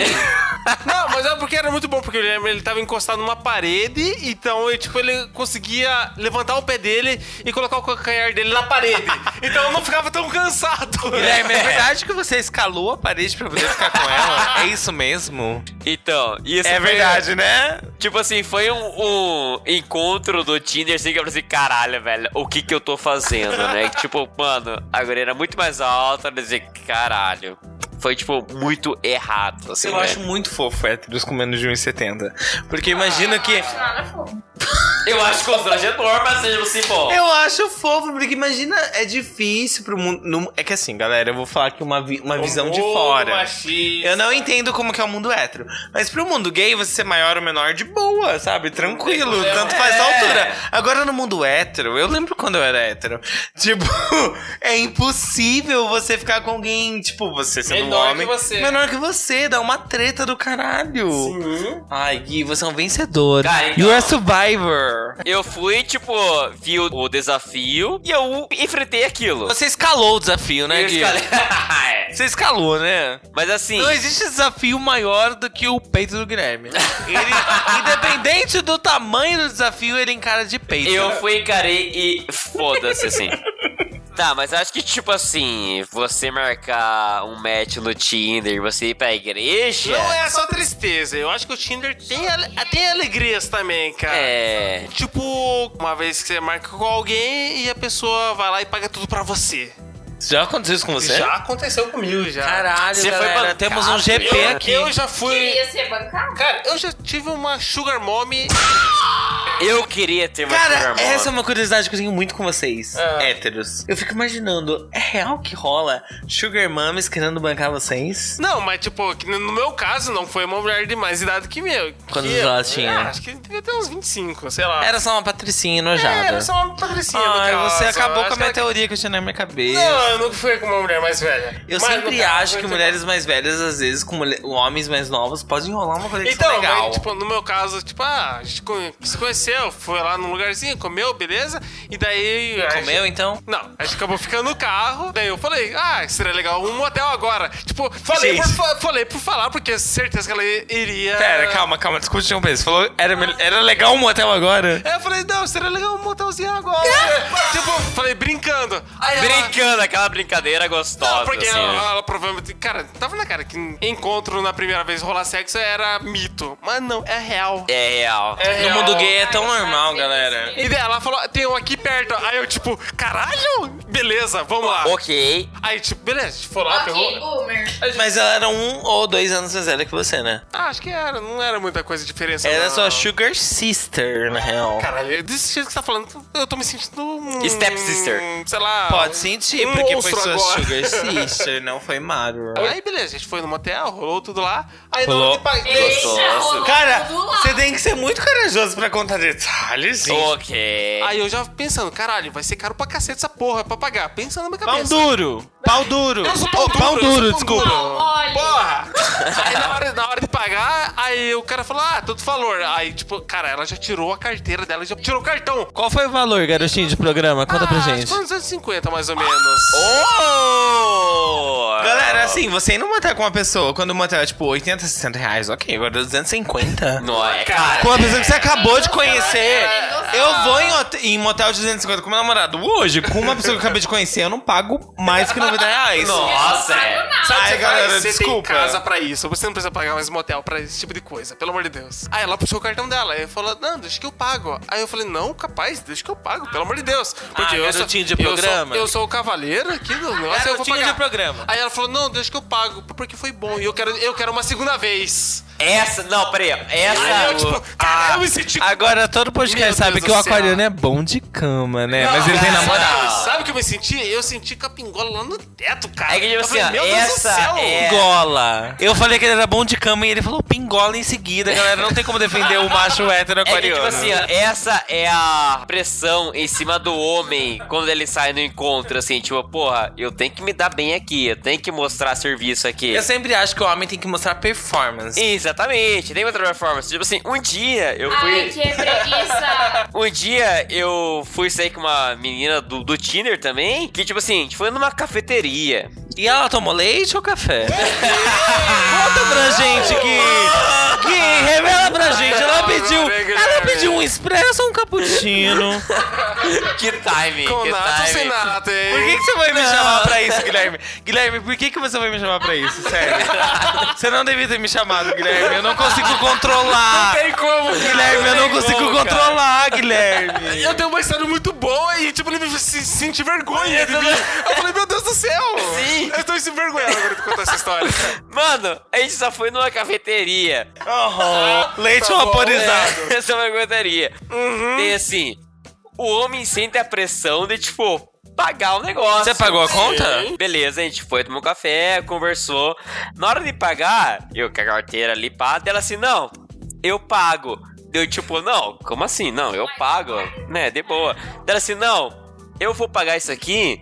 Speaker 3: Não, mas é porque era muito bom, porque o Guilherme ele tava encostado numa parede, então ele, tipo, ele conseguia levantar o pé dele e colocar o calcanhar dele na parede. Então eu não ficava tão cansado.
Speaker 5: Guilherme, é verdade que você escalou a parede pra poder ficar com ela? É isso mesmo?
Speaker 1: Então, isso
Speaker 3: É
Speaker 1: foi-
Speaker 5: É né?
Speaker 1: Tipo assim, foi um, um encontro do Tinder assim que eu falei assim, caralho, velho, o que que eu tô fazendo, né? tipo, mano, a guria era muito mais alta, eu disse, caralho. Foi, tipo, muito errado, assim,
Speaker 5: Eu
Speaker 1: né?
Speaker 5: acho muito fofo é héteros com menos de 1,70. Porque
Speaker 3: Ah,
Speaker 5: imagino que.
Speaker 4: Nada fofo.
Speaker 1: Eu acho constrangedor, mas seja assim, bom.
Speaker 5: Eu acho fofo, porque imagina, é difícil pro mundo. não- é que assim, galera, eu vou falar aqui uma, vi- uma visão de fora.
Speaker 3: é
Speaker 5: Eu não entendo como que é o mundo hétero. Mas pro mundo gay, você ser maior ou menor de boa, sabe? Tranquilo,
Speaker 3: É.
Speaker 5: tanto faz a altura. Agora no mundo hétero, eu lembro quando eu era hétero. Tipo, é impossível você ficar com alguém, tipo, você sendo
Speaker 3: Menor
Speaker 5: um
Speaker 3: que
Speaker 5: homem.
Speaker 3: você.
Speaker 5: Menor que você, dá uma treta do caralho. Ai, Gui, você é um vencedor.
Speaker 1: Cara, então-
Speaker 5: You're a survivor.
Speaker 1: Eu fui, tipo, vi o, o desafio e eu enfrentei aquilo.
Speaker 5: Você escalou o desafio, né,
Speaker 1: Eu
Speaker 5: Gui?
Speaker 1: escalei- É.
Speaker 5: Você escalou, né?
Speaker 1: Mas assim,
Speaker 5: Não existe desafio maior do que o peito do Guilherme. Ele, independente do tamanho do desafio, ele encara de peito.
Speaker 1: eu fui, encarei e foda-se, assim. Tá, mas acho que, tipo assim, você marcar um match no Tinder e você ir pra igreja.
Speaker 3: Não é só tristeza. Eu acho que o Tinder tem, ale- tem alegrias também, cara.
Speaker 1: É.
Speaker 3: Tipo, uma vez que você marca com alguém e a pessoa vai lá e paga tudo pra você.
Speaker 5: Já aconteceu isso com você?
Speaker 3: Já aconteceu comigo, já.
Speaker 5: Caralho,
Speaker 1: Você foi
Speaker 5: galera,
Speaker 1: bancado,
Speaker 5: temos um GP
Speaker 3: eu,
Speaker 5: aqui.
Speaker 3: eu já fui...
Speaker 4: Queria ser bancado?
Speaker 3: Cara, eu já tive uma sugar mommy...
Speaker 1: Eu queria ter uma
Speaker 5: Cara,
Speaker 1: sugar mama.
Speaker 5: essa é uma curiosidade que eu tenho muito com vocês,
Speaker 3: Ah.
Speaker 5: héteros. Eu fico imaginando, é real que rola Sugar Mamas querendo bancar vocês?
Speaker 3: Não, mas tipo, que no meu caso não foi uma mulher de mais idade que meu.
Speaker 5: Quantos
Speaker 3: que eu-
Speaker 5: ela tinha?
Speaker 3: Ah, acho que devia ter uns 25, sei lá.
Speaker 5: Era só uma patricinha
Speaker 3: Ah. É,
Speaker 5: enojada.
Speaker 3: era só uma patricinha
Speaker 5: Ai,
Speaker 3: daquela,
Speaker 5: você
Speaker 3: só.
Speaker 5: acabou
Speaker 3: Acho
Speaker 5: com a minha
Speaker 3: que era-
Speaker 5: teoria que eu tinha na minha cabeça.
Speaker 3: Não, eu nunca fui com uma mulher mais velha.
Speaker 5: Eu
Speaker 3: Mas,
Speaker 5: sempre
Speaker 3: no caso, tipo,
Speaker 5: acho que
Speaker 3: eu-
Speaker 5: mulheres mais velhas, às vezes, com mulher- homens mais novos, podem enrolar uma conexão
Speaker 3: Então,
Speaker 5: legal.
Speaker 3: mas, tipo, no meu caso, tipo, ah, a gente conhe- se aconteceu, foi lá num lugarzinho, comeu, beleza? E daí. a gente-
Speaker 5: Comeu, então?
Speaker 3: Não, a gente acabou ficando no carro, daí eu falei, ah, seria legal um motel agora. Tipo, falei,
Speaker 6: Gente.
Speaker 3: por, fa- falei por falar, porque certeza que ela iria.
Speaker 5: Pera, calma, calma, discute um peso. Falou, era, mel- era legal um motel agora?
Speaker 3: Aí eu falei, não, seria legal um motelzinho agora. tipo, falei, brincando. Aí ela-
Speaker 1: Brincando, aquela brincadeira gostosa.
Speaker 3: Não, porque
Speaker 1: assim,
Speaker 3: ela,
Speaker 1: né?
Speaker 3: ela provavelmente. Cara, tava na cara que encontro na primeira vez rolar sexo era mito. Mas não, é real.
Speaker 1: É real.
Speaker 3: É né?
Speaker 5: No
Speaker 3: real.
Speaker 5: mundo gay é tão normal, galera.
Speaker 3: E daí ela falou, tem um aqui perto. Aí eu, tipo, caralho? Beleza, vamos lá.
Speaker 1: Ok.
Speaker 3: Aí, tipo, beleza, a gente foi lá,
Speaker 4: Ok,
Speaker 3: pegou.
Speaker 4: boomer.
Speaker 5: Mas ela era um ou dois anos mais velha que você, né?
Speaker 3: Ah, acho que era, não era muita coisa de diferença.
Speaker 5: Era
Speaker 3: não.
Speaker 5: sua Sugar Sister, na real.
Speaker 3: Caralho, desse jeito que você tá falando, eu tô me sentindo um.
Speaker 1: Stepsister.
Speaker 3: Sei lá.
Speaker 5: Pode
Speaker 3: um-
Speaker 5: sentir,
Speaker 3: um
Speaker 5: porque foi
Speaker 3: monstro
Speaker 5: sua
Speaker 3: agora.
Speaker 5: Sugar Sister, não foi Maru.
Speaker 3: Aí, beleza, a gente foi no motel, rolou tudo lá. Aí, na
Speaker 5: Rolou.
Speaker 3: hora de pa- é
Speaker 4: Eita, rolou
Speaker 5: Cara,
Speaker 4: tudo lá.
Speaker 5: você tem que ser muito corajoso pra
Speaker 6: Conta detalhes, gente.
Speaker 5: É.
Speaker 1: Ok.
Speaker 3: Aí eu já pensando, caralho, vai ser caro pra cacete essa porra é pra pagar. Pensando na minha
Speaker 5: Pau
Speaker 3: cabeça.
Speaker 5: duro! Pau duro!
Speaker 3: Eu sou
Speaker 5: Ô, pau
Speaker 3: eu sou
Speaker 5: duro, desculpa!
Speaker 4: Não, olha.
Speaker 3: Porra! aí na hora, na hora de pagar, aí o cara falou, ah, todo valor. Aí, tipo, cara, ela já tirou a carteira dela, já tirou o cartão.
Speaker 5: Qual foi o valor, garotinho de programa? Conta pra
Speaker 3: Ah,
Speaker 5: gente.
Speaker 3: Foi uns 250, mais ou menos.
Speaker 1: Oh!
Speaker 3: é
Speaker 5: Galera, assim, você ir no motel com uma pessoa, quando o motel é tipo 80, 60 reais, ok, agora 250.
Speaker 1: Não é, cara.
Speaker 5: Com uma pessoa que você acabou de
Speaker 1: é
Speaker 5: conhecer.
Speaker 4: Nossa.
Speaker 5: Eu vou em, hot- em motel de 250 com meu namorado hoje, com uma pessoa que eu acabei de conhecer, eu não pago mais que 90 reais.
Speaker 1: Nossa,
Speaker 4: Não
Speaker 1: é.
Speaker 4: pago
Speaker 3: Sabe o
Speaker 4: nada.
Speaker 3: que você
Speaker 5: Ai,
Speaker 3: faz?
Speaker 5: galera,
Speaker 3: Você
Speaker 5: desculpa.
Speaker 3: tem casa pra isso. Você não precisa pagar mais motel pra esse tipo de coisa, pelo amor de Deus. Aí ela puxou o cartão dela. Aí falou, não, deixa que eu pago. Aí eu falei, não, capaz, deixa que eu pago, pelo amor de Deus. Porque
Speaker 5: Ah,
Speaker 3: eu sou,
Speaker 5: garotinho de
Speaker 3: eu sou-
Speaker 5: programa.
Speaker 3: Eu sou, o cavaleiro aqui do negócio, eu vou
Speaker 5: Garotinho de
Speaker 3: pagar.
Speaker 5: programa.
Speaker 3: Aí ela falou, não, deixa que eu pago, porque foi bom. E eu quero, eu quero uma segunda vez.
Speaker 1: Essa. Não, peraí.
Speaker 3: Aí eu,
Speaker 1: Essa. Ah,
Speaker 3: tipo, cara, eu me senti...
Speaker 5: Agora todo podcast
Speaker 3: Meu
Speaker 5: sabe
Speaker 3: Deus
Speaker 5: que o
Speaker 3: do céu.
Speaker 5: aquariano é bom de cama, né? Mas ele tem
Speaker 3: Sabe-
Speaker 5: namorado.
Speaker 3: Sabe o que eu me senti? Eu senti capingola lá no teto, cara.
Speaker 1: É que, tipo
Speaker 3: Eu falei,
Speaker 1: assim, ó,
Speaker 3: meu Deus do
Speaker 1: essa
Speaker 3: céu.
Speaker 1: é-
Speaker 5: Pingola. Eu falei que ele era bom de cama e ele falou pingola em seguida. Galera, não tem como defender o macho hétero
Speaker 1: É que,
Speaker 5: aquariano.
Speaker 1: tipo assim, ó, essa é a pressão em cima do homem quando ele sai no encontro, assim, tipo, porra, eu tenho que me dar bem aqui, eu tenho que mostrar serviço aqui.
Speaker 5: Eu sempre acho que o homem tem que mostrar performance.
Speaker 1: Exatamente, tem outra performance. Tipo assim, um dia eu fui.
Speaker 4: Ai, que preguiça.
Speaker 1: Um dia eu fui sair com uma menina do, do Tinder também, que tipo assim, a gente foi numa cafeteria.
Speaker 5: E ela tomou leite ou café? Conta pra gente que. Que revela pra gente. Ela pediu. Ela pediu um expresso ou um cappuccino?
Speaker 1: Que time,
Speaker 3: Com
Speaker 1: que tá,
Speaker 3: nato ou sem
Speaker 1: time.
Speaker 3: nato, hein?
Speaker 5: Por que, que você vai me
Speaker 1: Não.
Speaker 5: chamar pra isso, Guilherme? Guilherme, por que, que você vai me chamar pra isso? Sério. Você não devia ter me chamado, Guilherme. Eu não consigo controlar.
Speaker 3: Não tem como, cara.
Speaker 5: Guilherme, eu não consigo
Speaker 1: como,
Speaker 5: controlar, Guilherme.
Speaker 3: Eu tenho uma história muito boa e, tipo, ele me se, senti vergonha de mim. Eu falei, meu Deus do céu!
Speaker 1: Sim.
Speaker 3: Eu tô envergonhado agora de contar essa história.
Speaker 1: Mano, a gente só foi numa cafeteria.
Speaker 5: Leite
Speaker 3: Tá bom,
Speaker 5: vaporizado.
Speaker 1: Essa é uma cafeteria.
Speaker 5: Uhum.
Speaker 1: E assim, o homem sente a pressão de, tipo, pagar o negócio.
Speaker 5: Você pagou a conta?
Speaker 1: Beleza, a gente foi, tomou um café, conversou. Na hora de pagar, eu com a carteira ali pá, ela assim, não, eu pago. Deu tipo, não, como assim? Não, eu pago, né, de boa. Ela assim, não, eu vou pagar isso aqui,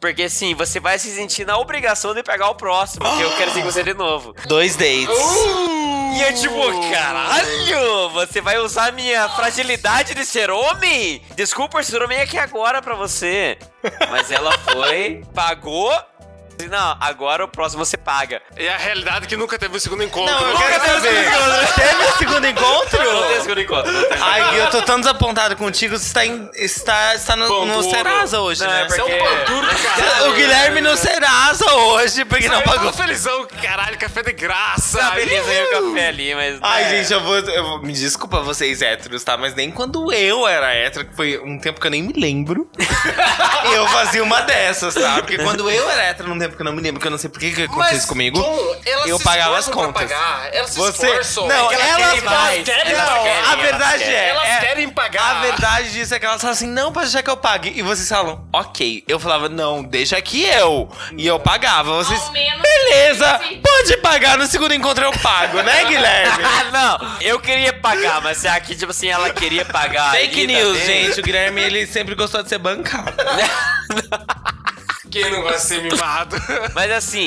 Speaker 1: porque assim, você vai se sentir na obrigação de pagar o próximo, que eu quero ser com você de novo.
Speaker 5: Dois dates.
Speaker 1: E eu tipo, caralho, você vai usar minha fragilidade de ser homem? Desculpa, ser homem aqui agora pra você. Mas ela foi, pagou. e Não, agora o próximo você paga.
Speaker 3: E a realidade é que nunca teve um segundo encontro.
Speaker 5: Não, eu
Speaker 3: Nunca
Speaker 5: quero
Speaker 3: teve
Speaker 5: saber. Teve o segundo
Speaker 1: Não tem
Speaker 5: encontro?
Speaker 1: segundo encontro. não tem.
Speaker 5: Ai, Gui, eu tô tão desapontado contigo. Você está, em- está, está no,
Speaker 3: Pão
Speaker 5: no
Speaker 3: duro.
Speaker 5: Serasa hoje,
Speaker 1: Não,
Speaker 5: né?
Speaker 1: é
Speaker 3: um
Speaker 1: porque-
Speaker 5: O Guilherme
Speaker 3: né?
Speaker 5: no Serasa hoje, porque não
Speaker 3: Eu tava
Speaker 5: pagou.
Speaker 3: felizão, caralho, café de graça.
Speaker 1: Tá, beleza, eu ia o café ali, mas.
Speaker 5: Ai,
Speaker 1: né.
Speaker 5: gente, eu vou, eu vou- Me desculpa vocês héteros, tá? Mas nem quando eu era hétero, que foi um tempo que eu nem me lembro, eu fazia uma dessas, tá? Porque quando eu era hétero, num tempo que eu não me lembro, que eu não sei por que que aconteceu isso comigo.
Speaker 3: Tom, elas
Speaker 5: eu
Speaker 3: se
Speaker 5: pagava as
Speaker 3: esforçam pra
Speaker 5: contas.
Speaker 3: Pagar. Elas se
Speaker 5: Você.
Speaker 3: esforçam. é
Speaker 5: Não,
Speaker 1: que elas
Speaker 5: elas,
Speaker 1: querem mais,
Speaker 5: querem-
Speaker 1: elas
Speaker 5: não,
Speaker 1: querem,
Speaker 5: a
Speaker 1: elas
Speaker 5: verdade é.
Speaker 3: Elas
Speaker 5: é-
Speaker 3: querem pagar.
Speaker 5: A verdade disso é que elas falam assim, não, pode deixar que eu pague. E vocês falam, ok. Eu falava, não, deixa que eu. E eu pagava. Vocês,
Speaker 4: Ao menos
Speaker 5: beleza,
Speaker 4: sim.
Speaker 5: pode pagar. No segundo encontro eu pago, né, Guilherme?
Speaker 1: Ah, não, eu queria pagar, mas será que, tipo assim, ela queria pagar?
Speaker 5: Fake
Speaker 1: ali tá
Speaker 5: news,
Speaker 1: também?
Speaker 5: gente. O Guilherme, ele sempre gostou de ser bancado.
Speaker 3: Quem não vai ser mimado?
Speaker 1: Mas assim,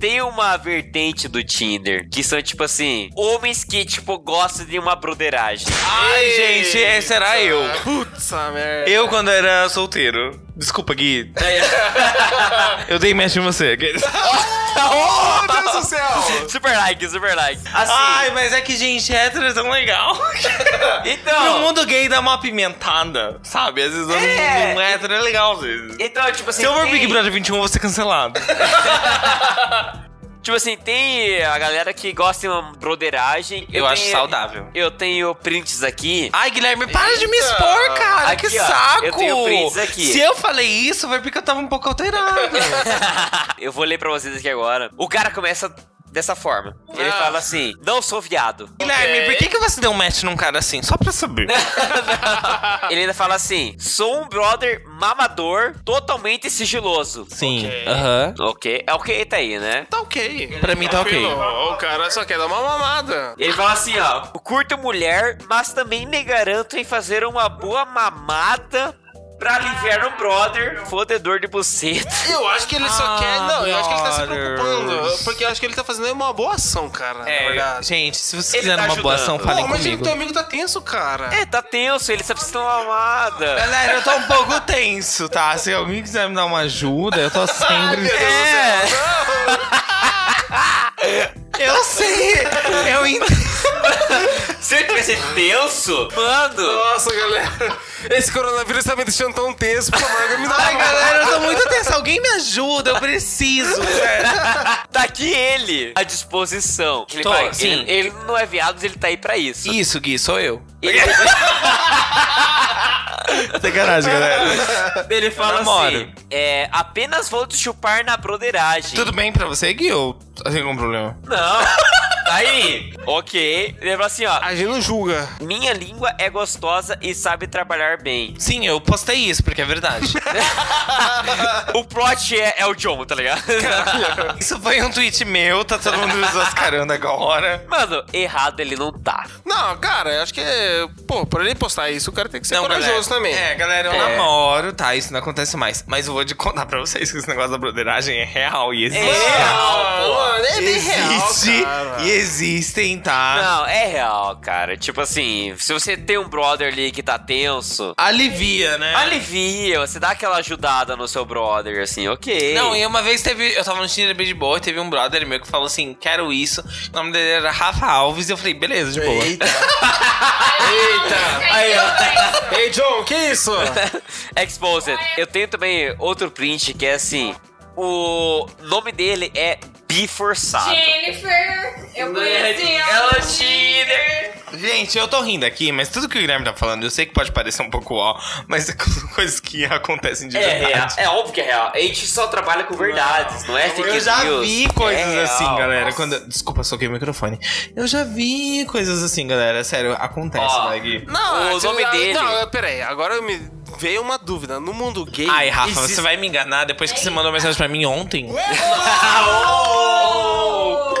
Speaker 1: tem uma vertente do Tinder que são, tipo assim, homens que, tipo, gostam de uma broderagem.
Speaker 5: Ai, gente, esse era eu.
Speaker 3: Putz, merda.
Speaker 6: Eu, quando era solteiro. Desculpa, Gui.
Speaker 5: É.
Speaker 6: Eu dei match em você.
Speaker 3: Oh, meu Deus do céu!
Speaker 1: super like, super like. Assim,
Speaker 5: Ai, mas é que gente hétero é tão legal.
Speaker 1: então.
Speaker 5: Pro mundo gay dá uma apimentada, sabe? Às vezes
Speaker 1: É.
Speaker 5: é. um hétero é legal, às vezes.
Speaker 1: Então, tipo assim.
Speaker 5: Se eu for
Speaker 1: tem-
Speaker 5: Big Brother 21, eu vou ser cancelado.
Speaker 1: Tipo assim, tem a galera que gosta de uma broderagem.
Speaker 5: Eu acho
Speaker 1: tenho-
Speaker 5: saudável.
Speaker 1: Eu tenho prints aqui.
Speaker 5: Ai, Guilherme, para de me expor, cara.
Speaker 1: Aqui,
Speaker 5: que
Speaker 1: ó,
Speaker 5: saco.
Speaker 1: eu tenho prints aqui.
Speaker 5: Se eu falei isso, vai porque eu tava um pouco alterado.
Speaker 1: eu vou ler pra vocês aqui agora. O cara começa dessa forma. Ele
Speaker 3: Ah.
Speaker 1: fala assim: Não sou viado.
Speaker 5: Guilherme, por que, que você deu um match num cara assim? Só pra saber.
Speaker 1: Ele ainda fala assim: Sou um brother mamador, totalmente sigiloso.
Speaker 5: Sim.
Speaker 3: Ok.
Speaker 5: Aham.
Speaker 1: Ok, é o que tá aí, né?
Speaker 3: Tá ok.
Speaker 5: Pra mim tá ok.
Speaker 3: Tranquilo. O cara só quer dar uma mamada.
Speaker 1: Ele fala assim, ó. Curto mulher, mas também me garanto em fazer uma boa mamada pra aliviar um brother fodedor de buceta.
Speaker 3: Eu acho que ele só
Speaker 5: Ah,
Speaker 3: quer. Não, eu acho que ele tá se
Speaker 5: brothers.
Speaker 3: preocupando. Porque eu acho que ele tá fazendo uma boa ação, cara. na verdade.
Speaker 5: Gente, se vocês
Speaker 1: é Ele
Speaker 5: quiserem
Speaker 1: tá
Speaker 5: uma boa
Speaker 1: ajudando.
Speaker 5: ação,
Speaker 1: Pô,
Speaker 5: É, falem
Speaker 3: Pô, mas o
Speaker 5: comigo.
Speaker 3: teu amigo tá tenso, cara.
Speaker 1: É, tá tenso, ele só precisa de uma mamada.
Speaker 5: Galera, eu tô um pouco tenso, tá? Se alguém quiser me dar uma ajuda, eu tô sempre.
Speaker 1: É,
Speaker 5: Eu sei! Eu entendo.
Speaker 1: se ele tivesse tenso, mano,
Speaker 3: Nossa, galera. Esse coronavírus tá me deixando tão tenso. Por favor, me dá
Speaker 5: Ai,
Speaker 3: uma
Speaker 5: galera, eu tô muito tenso. Alguém me ajuda, eu preciso.
Speaker 1: tá aqui ele à disposição. Ele,
Speaker 5: Tô,
Speaker 1: vai-
Speaker 5: sim.
Speaker 1: ele, ele não é viado, mas ele tá aí pra isso.
Speaker 5: Isso, Gui, sou eu.
Speaker 1: Ele,
Speaker 5: Sacanagem, galera.
Speaker 1: ele fala assim:
Speaker 5: namoro.
Speaker 1: é, apenas vou te chupar na broderagem.
Speaker 5: Tudo bem pra você, Gui? Ou tem algum problema?
Speaker 1: Não. Aí, ok. Ele fala assim, ó.
Speaker 3: A gente não julga.
Speaker 1: Minha língua é gostosa e sabe trabalhar bem.
Speaker 5: Sim, eu postei isso, porque é verdade.
Speaker 1: O plot é, é o John, tá ligado?
Speaker 5: isso foi um tweet meu, tá todo mundo desascarando agora.
Speaker 1: Mano, errado ele não tá.
Speaker 3: Não, cara, eu acho que. Pô, pra ele postar isso, o cara tem que ser corajoso também.
Speaker 5: galera, É, galera, eu
Speaker 1: É.
Speaker 5: namoro, tá? Isso não acontece mais. Mas eu vou te contar pra vocês que esse negócio da broderagem é real e existe.
Speaker 1: real, pô.
Speaker 3: mano, é bem real.
Speaker 5: Existe
Speaker 3: cara.
Speaker 5: e existem, tá?
Speaker 1: Não, é real, cara. Tipo assim, se você tem um brother ali que tá tenso,
Speaker 5: Alivia, né?
Speaker 1: alivia, você dá aquela ajudada no seu brother, assim, ok.
Speaker 5: Não, e uma vez teve. Eu tava no Tinder bem de boa e teve um brother meu que falou assim: quero isso. O nome dele era Rafa Alves e eu falei: beleza, de boa.
Speaker 3: Eita. Eita.
Speaker 1: Aí, ó.
Speaker 3: Ei, John, que isso?
Speaker 1: Exposed. Eu tenho também outro print que é assim: o nome dele é Biforçado.
Speaker 4: Jennifer, eu conheci ela.
Speaker 1: Ela
Speaker 4: no
Speaker 1: é
Speaker 5: Gente, eu tô rindo aqui, mas tudo que o Guilherme tá falando, eu sei que pode parecer um pouco ó, mas é coisas que acontecem de
Speaker 1: É real.
Speaker 5: verdade.
Speaker 1: É óbvio que é real. A gente só trabalha com verdades, não é fake
Speaker 5: Eu já
Speaker 1: news.
Speaker 5: vi coisas
Speaker 1: É
Speaker 5: assim,
Speaker 1: real.
Speaker 5: galera.
Speaker 1: Nossa.
Speaker 5: Quando... Desculpa, soquei o microfone. Eu já vi coisas assim, galera. Sério, acontece,
Speaker 1: Ó.
Speaker 5: né, Gui?
Speaker 3: Não,
Speaker 1: O
Speaker 3: se-
Speaker 1: nome
Speaker 3: ah,
Speaker 1: dele.
Speaker 3: Não, peraí, agora me veio uma dúvida. No mundo gay.
Speaker 5: Ai, Rafa,
Speaker 3: existe-
Speaker 5: você vai me enganar depois que você mandou mensagem pra mim ontem?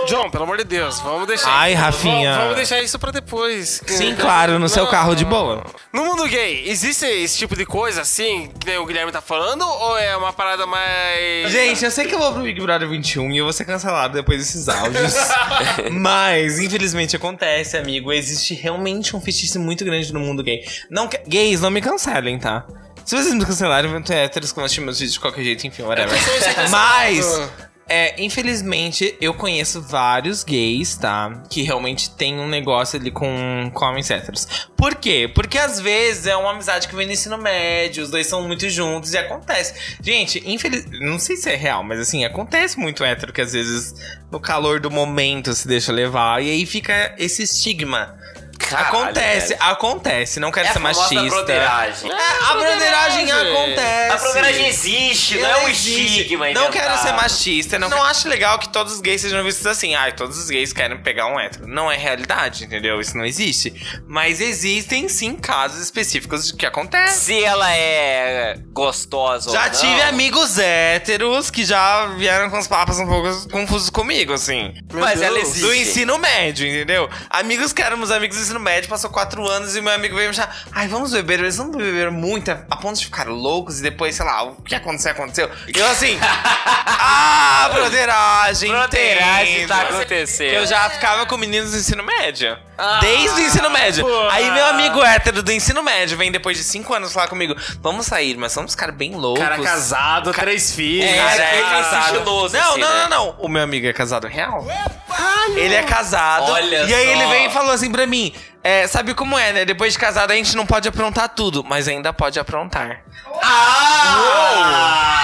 Speaker 3: John, pelo amor de Deus, vamos deixar.
Speaker 5: Ai, Rafinha.
Speaker 3: Vamos, vamos deixar isso pra depois.
Speaker 5: Sim, claro, no seu
Speaker 3: Não,
Speaker 5: carro de
Speaker 3: não.
Speaker 5: boa.
Speaker 3: No mundo gay, existe esse tipo de coisa assim, que nem o Guilherme tá falando, ou é uma parada mais.
Speaker 5: Gente, eu sei que eu vou pro Big Brother 21 e eu vou ser cancelado depois desses áudios. Mas, infelizmente, acontece, amigo. Existe realmente um fetiche muito grande no mundo gay. Não, que- gays, não me cancelem, tá? Se vocês me cancelarem, vão ter héteros que vão assistir meus vídeos de qualquer jeito, enfim, whatever. Mas, é, infelizmente, eu conheço vários gays, tá? Que realmente tem um negócio ali com, com homens héteros. Por quê? Porque às vezes é uma amizade que vem no ensino médio, os dois são muito juntos e acontece. Gente, infeliz... não sei se é real, mas assim, acontece muito hétero que às vezes no calor do momento se deixa levar e aí fica esse estigma.
Speaker 1: Caralho,
Speaker 5: acontece,
Speaker 1: velho.
Speaker 5: acontece. Não quero
Speaker 1: É a
Speaker 5: ser
Speaker 1: famosa
Speaker 5: machista.
Speaker 1: broderagem.
Speaker 5: É, a broderagem
Speaker 3: broderagem.
Speaker 5: acontece.
Speaker 1: A broderagem existe, não é um
Speaker 5: existe.
Speaker 1: estigma
Speaker 5: Não
Speaker 1: inventado.
Speaker 5: quero ser machista, não, não acho legal que todos os gays sejam vistos assim. Ai, todos os gays querem pegar um hétero. Não é realidade, entendeu? Isso não existe. Mas existem sim casos específicos de que acontece.
Speaker 1: Se ela é gostosa ou
Speaker 5: Já
Speaker 1: não.
Speaker 5: tive amigos héteros que já vieram com os papos um pouco confusos comigo, assim.
Speaker 1: Mas ela
Speaker 3: Deus.
Speaker 1: existe.
Speaker 5: Do ensino médio, entendeu? Amigos que éramos amigos do ensino ensino médio, passou quatro anos e meu amigo veio me chamar. Ai, vamos beber, eles não beberam muito, a ponto de ficar loucos e depois, sei lá, o que aconteceu, aconteceu. E eu assim, ah, broderagem,
Speaker 1: Broderagem
Speaker 5: entendo.
Speaker 1: tá
Speaker 5: Que eu
Speaker 1: acontecendo.
Speaker 5: já ficava com meninos do ensino médio.
Speaker 1: Ah,
Speaker 5: desde o ensino médio.
Speaker 1: pô.
Speaker 5: Aí meu amigo hétero do ensino médio vem depois de cinco anos falar comigo. Vamos sair, mas vamos ficar bem loucos.
Speaker 3: Cara casado, três filhos.
Speaker 1: É,
Speaker 5: Cara,
Speaker 1: é,
Speaker 5: é casado.
Speaker 1: estiloso,
Speaker 5: não,
Speaker 1: assim,
Speaker 5: não,
Speaker 1: né?
Speaker 5: não, não. O meu amigo é casado real. Ele é casado.
Speaker 1: Olha
Speaker 5: e aí
Speaker 1: só.
Speaker 5: ele veio e falou assim pra mim: é, sabe como é, né? Depois de casado a gente não pode aprontar tudo, mas ainda pode aprontar. Ah!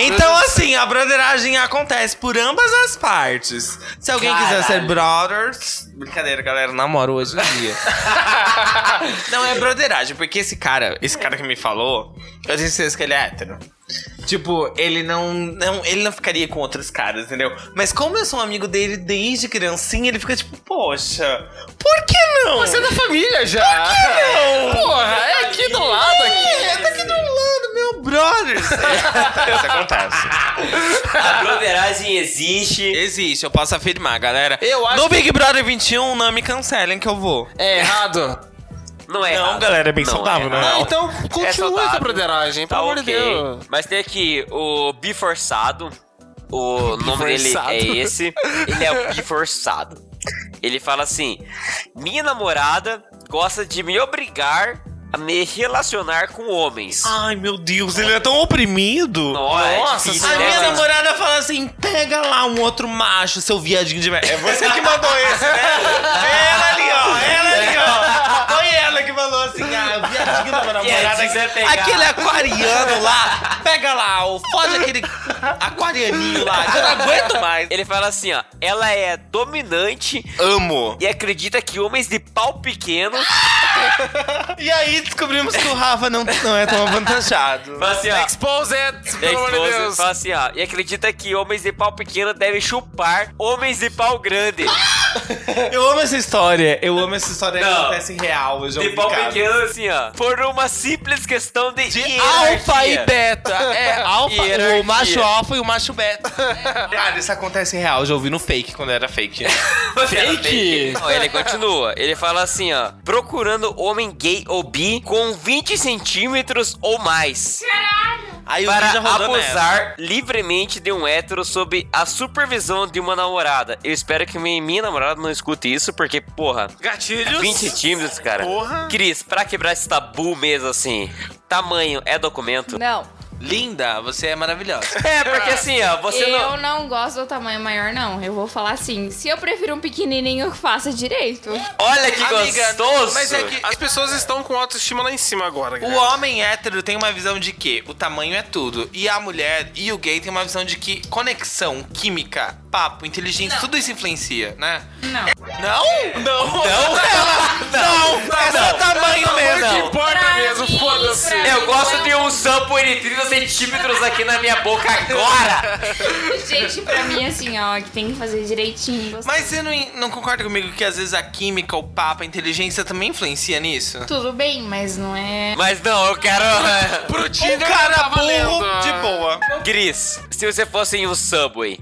Speaker 5: Então, assim, a brotheragem acontece por ambas as partes. Se alguém quiser ser brothers. Brincadeira, galera, eu namoro hoje em dia. não é brotheragem, porque esse cara, esse cara que me falou, eu tenho certeza que ele é hétero. Tipo, ele não, não. Ele não ficaria com outros caras, entendeu? Mas como eu sou um amigo dele desde criancinha, ele fica tipo, poxa, por que não?
Speaker 3: Você é da família já. Por que não? Porra, é aqui do lado
Speaker 5: É,
Speaker 3: aqui.
Speaker 5: tá aqui do lado, meu brother. Isso acontece.
Speaker 1: A broderagem existe.
Speaker 5: Existe, eu posso afirmar, galera.
Speaker 3: Eu acho
Speaker 5: No Big Brother 21, não me cancelem que eu vou.
Speaker 3: É errado.
Speaker 1: Não é
Speaker 5: Não,
Speaker 1: errado.
Speaker 5: galera, é bem saudável,
Speaker 1: é
Speaker 5: né?
Speaker 1: errado.
Speaker 3: Ah, então continua
Speaker 1: saudável.
Speaker 3: essa broderagem,
Speaker 1: Tá
Speaker 3: pelo amor de
Speaker 1: ok.
Speaker 3: Deus.
Speaker 1: Mas tem aqui o Biforçado. O nome dele
Speaker 3: Biforçado.
Speaker 1: é esse. Ele é o Biforçado. Ele fala assim: Minha namorada gosta de me obrigar a me relacionar com homens.
Speaker 3: Ah.
Speaker 5: Ai, meu Deus, ele é tão oprimido.
Speaker 1: Nossa, é difícil,
Speaker 5: A
Speaker 1: né,
Speaker 5: minha
Speaker 1: mano?
Speaker 5: namorada fala assim: pega lá um outro macho, seu viadinho de merda. É você que mandou esse, né? É ela ali, ó. Ela ali, ó. Foi ela que falou assim: ah, o viadinho da minha namorada.
Speaker 1: Viadinho, você pegar.
Speaker 5: Aquele aquariano lá, pega lá, ó, fode aquele aquarianinho lá. que Eu não aguento mais.
Speaker 1: Ele fala assim, ó, ela é dominante
Speaker 5: Amo.
Speaker 1: e acredita que homens de pau pequeno
Speaker 3: Ah,
Speaker 5: E aí descobrimos que o Rafa não, não é tão avantajado.
Speaker 1: fala assim, ó,
Speaker 3: Exposed,
Speaker 1: é
Speaker 3: pelo amor de
Speaker 1: esposa,
Speaker 3: Deus.
Speaker 1: fala assim, ó, e acredita que homens de pau pequeno devem chupar homens de pau grande.
Speaker 5: Eu amo essa história. Eu amo essa história é que
Speaker 1: Não.
Speaker 5: acontece real. Eu já
Speaker 1: De
Speaker 5: ouvi
Speaker 1: pau
Speaker 5: casos.
Speaker 1: pequeno, assim, ó. Por uma simples questão de,
Speaker 5: De
Speaker 1: hierarquia.
Speaker 5: alfa e beta. É, alfa,
Speaker 1: Hierarquia.
Speaker 5: o macho alfa e o macho beta. Cara, Ah, isso acontece em real. Já ouvi no fake, quando era fake.
Speaker 3: Fake.
Speaker 1: Não, ele continua. Ele fala assim, ó. Procurando homem gay ou bi com 20 centímetros ou mais.
Speaker 5: Aí o
Speaker 1: para
Speaker 5: vídeo já rodou nessa.
Speaker 1: abusar livremente de um hétero sob a supervisão de uma namorada. Eu espero que minha, minha namorada não escute isso, porque, porra,
Speaker 3: Gatilhos.
Speaker 1: 20 centímetros, É cara.
Speaker 3: Porra.
Speaker 1: Cris, pra quebrar esse tabu mesmo assim, tamanho é documento?
Speaker 4: Não,
Speaker 5: Linda, você é maravilhosa.
Speaker 1: É, porque assim, ó, você
Speaker 4: eu
Speaker 1: não.
Speaker 4: não... gosto do tamanho maior, não. Eu vou falar assim, se eu prefiro um pequenininho, faça direito.
Speaker 1: Olha que gostoso!
Speaker 5: Mas é que
Speaker 3: As pessoas estão com autoestima lá em cima agora,
Speaker 5: o
Speaker 3: cara.
Speaker 5: homem hétero tem uma visão de que o tamanho é tudo. E a mulher e o gay tem uma visão de que conexão, química, papo, inteligência, tudo isso influencia, né?
Speaker 7: Não.
Speaker 5: Não? Não. Não. Não. Não. É só tamanho mesmo.
Speaker 3: Não importa mesmo,
Speaker 7: mim, é
Speaker 3: foda-se.
Speaker 7: pra-
Speaker 1: Eu gosto de um sampo de 30 centímetros aqui na minha boca agora!
Speaker 4: Gente, pra mim, assim, ó, que tem que fazer direitinho. gostoso.
Speaker 5: Mas você não, não concorda comigo que às vezes a química, o papo, a inteligência também influencia nisso?
Speaker 4: Tudo bem, mas não é...
Speaker 1: Mas não, eu quero.
Speaker 3: Pro
Speaker 5: Um
Speaker 3: Tinder
Speaker 5: cara
Speaker 3: tá valendo.
Speaker 5: burro de boa.
Speaker 1: Cris, se você fosse em um Subway,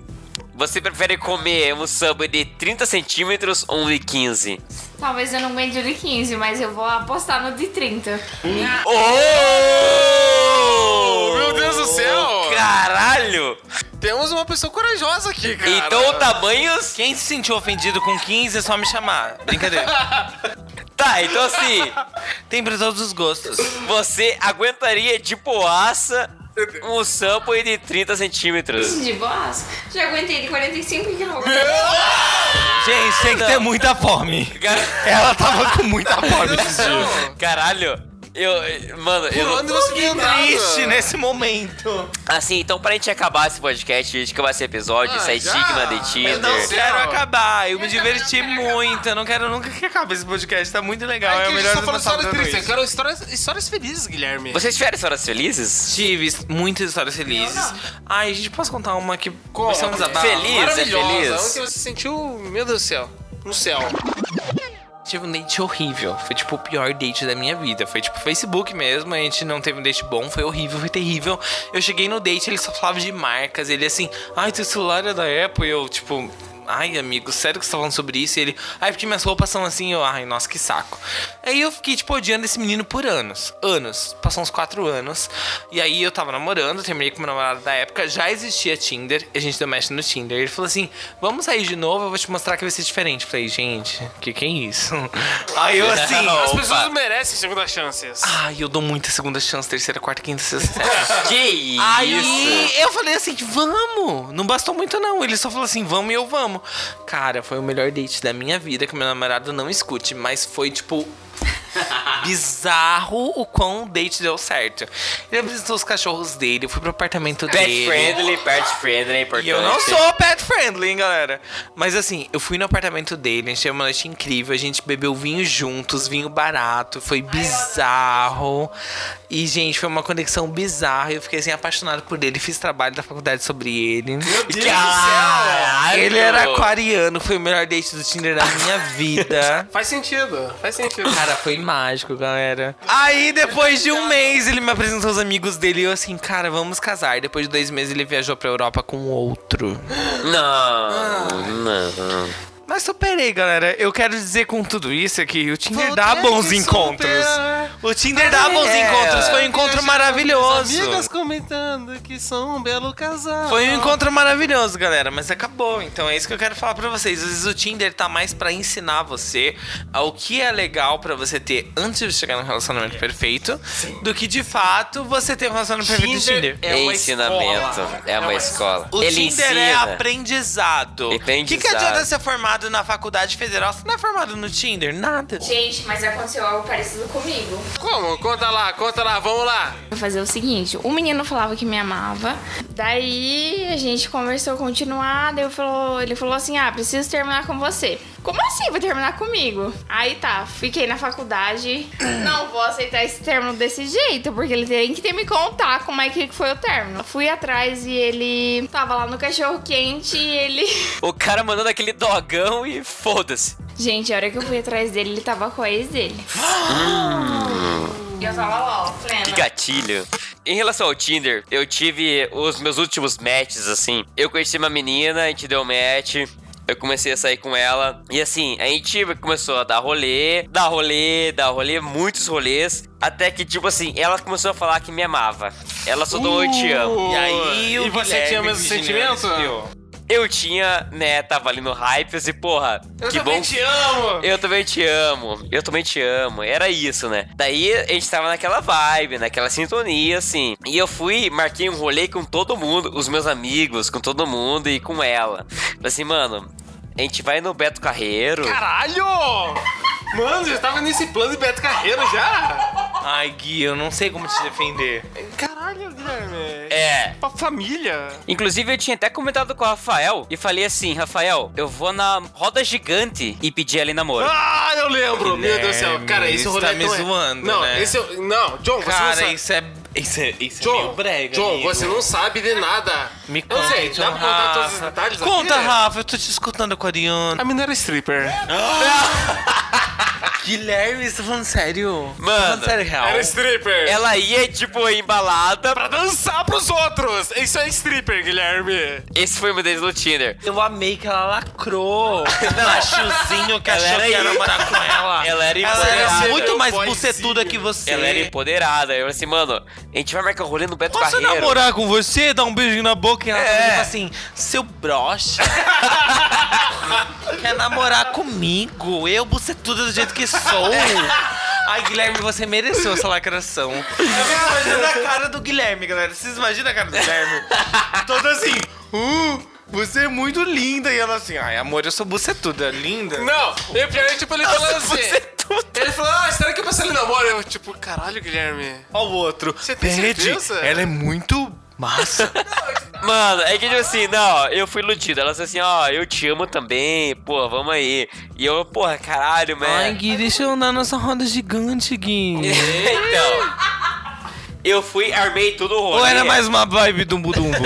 Speaker 1: você prefere comer um Subway de 30 centímetros ou um de 15?
Speaker 4: Talvez eu não aguente o de 15, mas eu vou apostar no de 30.
Speaker 1: Oh!
Speaker 3: Meu Deus do céu!
Speaker 1: Caralho!
Speaker 3: Temos uma pessoa corajosa aqui, cara.
Speaker 1: Então
Speaker 5: tá.
Speaker 1: o tamanho...
Speaker 5: Quem se sentiu ofendido com 15 é só me chamar. Brincadeira.
Speaker 1: Tá, então assim,
Speaker 5: Tem pra todos os gostos.
Speaker 1: você aguentaria de boaça um Subway de 30 centímetros.
Speaker 4: De boas? Já aguentei de 45 quilos.
Speaker 5: Gente, tem que ter muita fome. Ela tava com muita fome esses dias.
Speaker 1: Caralho, eu... Mano, eu... não-
Speaker 3: Onde você tem andado?
Speaker 5: Triste né? nesse momento.
Speaker 1: Assim, então pra gente acabar esse podcast, a gente acabar esse episódio,
Speaker 3: Ah,
Speaker 1: isso é
Speaker 3: já?
Speaker 1: digna de
Speaker 3: Eu não
Speaker 1: Tinder.
Speaker 3: sei.
Speaker 5: Quero
Speaker 3: Não.
Speaker 5: acabar, eu me
Speaker 7: também não
Speaker 5: diverti
Speaker 7: quero
Speaker 5: muito. Eu não quero nunca que acabe esse podcast, tá muito legal. É,
Speaker 3: Aqui
Speaker 5: o
Speaker 3: a
Speaker 5: melhor
Speaker 3: gente tá
Speaker 5: do
Speaker 3: falando
Speaker 5: né? Natal
Speaker 3: histórias
Speaker 5: dando
Speaker 3: tristes. Eu
Speaker 5: isso.
Speaker 3: quero histórias, histórias felizes, Guilherme.
Speaker 1: Vocês tiveram histórias felizes?
Speaker 5: Tive muitas histórias felizes. Ai, gente, posso contar uma que começamos a desabafo?
Speaker 1: Feliz, é
Speaker 3: Maravilhosa.
Speaker 1: feliz.
Speaker 3: Onde você se sentiu, meu Deus do céu, no céu.
Speaker 5: Tive um date horrível. Foi tipo o pior date da minha vida. Foi tipo Facebook mesmo. A gente não teve um date bom. Foi horrível, foi terrível. Eu cheguei no date, ele só falava de marcas. Ele assim, ai, teu celular é da é Apple. E eu, tipo. ai, amigo, sério que você tá falando sobre isso? E ele, ai, porque minhas roupas são assim, eu, ai, nossa, que saco. Aí eu fiquei, tipo, odiando esse menino por anos. Anos. Passou uns quatro anos. E aí eu tava namorando, terminei com meu namorado da época, já existia Tinder, e a gente deu match no Tinder. Ele falou assim: vamos sair de novo, eu vou te mostrar que vai ser diferente. Eu falei, gente, que que é isso? Aí eu assim.
Speaker 3: As pessoas merecem segunda chances.
Speaker 5: Ai, eu dou muita segunda chance, terceira, quarta, quinta, sexta, sétima.
Speaker 1: Que
Speaker 5: Aí eu falei assim, vamos! Não bastou muito, não. Ele só falou assim, vamos e eu vamos. Cara, foi o melhor date da minha vida, que meu namorado não escute, mas foi tipo. bizarro o quão o date deu certo. Ele apresentou os cachorros dele, eu fui pro apartamento
Speaker 1: Pet
Speaker 5: dele.
Speaker 1: friendly, pet friendly é importante.
Speaker 5: E eu não sou pet friendly, hein, galera. Mas assim, eu fui no apartamento dele, a gente teve uma noite incrível, a gente bebeu vinho juntos, vinho barato, foi bizarro. E, gente, foi uma conexão bizarra. Eu fiquei assim, apaixonado por ele, fiz trabalho da faculdade sobre ele.
Speaker 1: Caralho!
Speaker 5: Ele era aquariano, foi o melhor date do Tinder da minha vida.
Speaker 3: Faz sentido, faz sentido.
Speaker 5: Cara, foi mágico, galera. Aí, depois de um mês, ele me apresentou os amigos dele e eu assim, cara, vamos casar. Depois de dois meses, ele viajou pra Europa com outro.
Speaker 1: Não, não.
Speaker 5: Mas superei, galera. Eu quero dizer com tudo isso é que o Tinder
Speaker 8: Vou
Speaker 5: dá
Speaker 8: ter
Speaker 5: bons
Speaker 8: que
Speaker 5: encontros.
Speaker 8: superar.
Speaker 5: O Tinder dá bons
Speaker 1: é.
Speaker 5: encontros. Foi um encontro maravilhoso.
Speaker 8: Amigas comentando que são um belo casal.
Speaker 5: Foi um encontro maravilhoso, galera, mas acabou. Então é isso que eu quero falar pra vocês. Às vezes o Tinder tá mais pra ensinar você ao que é legal pra você ter antes de chegar num relacionamento perfeito, do que de fato você ter um relacionamento perfeito no Tinder.
Speaker 1: É ensinamento. É uma escola.
Speaker 5: O
Speaker 1: Ele
Speaker 5: Tinder
Speaker 1: ensina.
Speaker 5: é aprendizado. O que, que
Speaker 1: Aprendizado.
Speaker 5: adianta ser formado na faculdade federal se não é formado no Tinder? Nada.
Speaker 4: Gente, mas aconteceu algo parecido comigo.
Speaker 3: Como? Conta lá, conta lá, vamos lá.
Speaker 4: Vou fazer o seguinte: o menino falava que me amava. Daí a gente conversou continuada. Eu falou, ele falou assim: Ah, preciso terminar com você. Como assim? Vai terminar comigo? Aí tá, fiquei na faculdade. Não vou aceitar esse término desse jeito, porque ele tem que ter me contar como é que foi o término. Fui atrás e ele tava lá no cachorro quente e ele.
Speaker 1: O cara mandando aquele dogão e foda-se.
Speaker 4: Gente, a hora que eu fui atrás dele, ele tava com a ex dele.
Speaker 9: E eu tava lá, ó,
Speaker 1: Que
Speaker 9: plena.
Speaker 1: gatilho. Em relação ao Tinder, eu tive os meus últimos matches, assim. Eu conheci uma menina, a gente deu um match. Eu comecei a sair com ela. E assim, a gente começou a dar rolê, dar rolê, dar rolê, muitos rolês. Até que, tipo assim, ela começou a falar que me amava. Ela só
Speaker 3: Uh!
Speaker 1: doou eu te amo.
Speaker 3: E
Speaker 5: aí, o
Speaker 3: e você
Speaker 5: Guilherme
Speaker 3: tinha o mesmo
Speaker 5: Virginiano
Speaker 3: sentimento?
Speaker 1: Eu tinha, né, tava ali no hype, assim, porra,
Speaker 3: Eu
Speaker 1: que
Speaker 3: também
Speaker 1: bom
Speaker 3: te amo.
Speaker 1: Eu também te amo, eu também te amo. Era isso, né? Daí a gente tava naquela vibe, naquela sintonia, assim. E eu fui, marquei um rolê com todo mundo, os meus amigos, com todo mundo e com ela. Falei assim, mano, a gente vai no Beto Carreiro.
Speaker 3: Caralho! Mano, já tava nesse plano de Beto Carreiro já?
Speaker 5: Ai, Gui, eu não sei como te defender.
Speaker 3: Caralho, Guilherme.
Speaker 1: É.
Speaker 3: Pra família.
Speaker 1: Inclusive, eu tinha até comentado com o Rafael e falei assim: Rafael, eu vou na roda gigante e pedir ali namoro.
Speaker 3: Ah, eu lembro. Meu Deus do céu.
Speaker 5: Guilherme,
Speaker 3: Cara, esse
Speaker 5: isso
Speaker 3: rolê
Speaker 5: tá
Speaker 3: é
Speaker 5: me
Speaker 3: tão-
Speaker 5: zoando,
Speaker 3: Não,
Speaker 5: né?
Speaker 3: esse... eu- Não, John, você não
Speaker 5: Cara,
Speaker 3: sabe.
Speaker 5: isso é. Isso é, isso é
Speaker 3: John,
Speaker 5: meio brega.
Speaker 3: John
Speaker 5: amigo.
Speaker 3: você não sabe de nada.
Speaker 5: Me
Speaker 3: Eu
Speaker 5: conta.
Speaker 3: não sei, dá pra contar todos os detalhes aqui?
Speaker 5: Conta, Rafa, eu tô te escutando aquariano.
Speaker 3: A mina era stripper.
Speaker 5: Guilherme, você tá falando sério?
Speaker 1: Mano,
Speaker 5: Falando sério, real.
Speaker 3: Era stripper.
Speaker 1: Ela ia, tipo, embalada.
Speaker 3: Pra dançar pros outros. Isso é stripper, Guilherme.
Speaker 1: Esse foi o meu dedo no Tinder.
Speaker 5: Eu amei que ela lacrou. Machuzinho que achou
Speaker 1: era
Speaker 5: que ia
Speaker 1: isso.
Speaker 5: namorar com ela.
Speaker 1: Ela era
Speaker 5: Ela era
Speaker 1: empoderada.
Speaker 5: muito mais
Speaker 3: assim, um boyzinho.
Speaker 5: bucetuda que você.
Speaker 1: Ela era empoderada. Eu falei assim, mano, a gente vai marcar o rolê no Beto
Speaker 5: Posso
Speaker 1: Carreiro.
Speaker 5: namorar com você, dar um beijinho na boca e ela
Speaker 1: É.
Speaker 5: fala assim, seu broxa. Quer namorar comigo? Eu bucetuda do jeito que sou. Ai, Guilherme, você mereceu essa lacração. Eu fico imaginando a cara do Guilherme, galera. Vocês imaginam a cara do Guilherme? Todo assim, uh, você é muito linda. E ela assim, ai, amor, eu sou bucetuda, linda.
Speaker 3: Não, e o pior é tipo ele falando assim.
Speaker 5: Bucetuda.
Speaker 3: Ele falou, ah, será que eu passei ele namoro? Eu, tipo, caralho, Guilherme.
Speaker 5: Olha o outro.
Speaker 3: Você tem
Speaker 5: Pede,
Speaker 3: certeza?
Speaker 5: ela é muito massa.
Speaker 1: Mano, é que tipo assim, não, eu fui iludido. Ela disse assim, ó, eu te amo também, pô, vamos aí. E eu, porra, caralho,
Speaker 5: É.
Speaker 1: man.
Speaker 8: Ai, Gui, deixa eu andar nessa roda gigante, Gui.
Speaker 1: então. Eu fui, armei tudo o rolê.
Speaker 8: Ou era mais uma vibe dumbo-dumbo?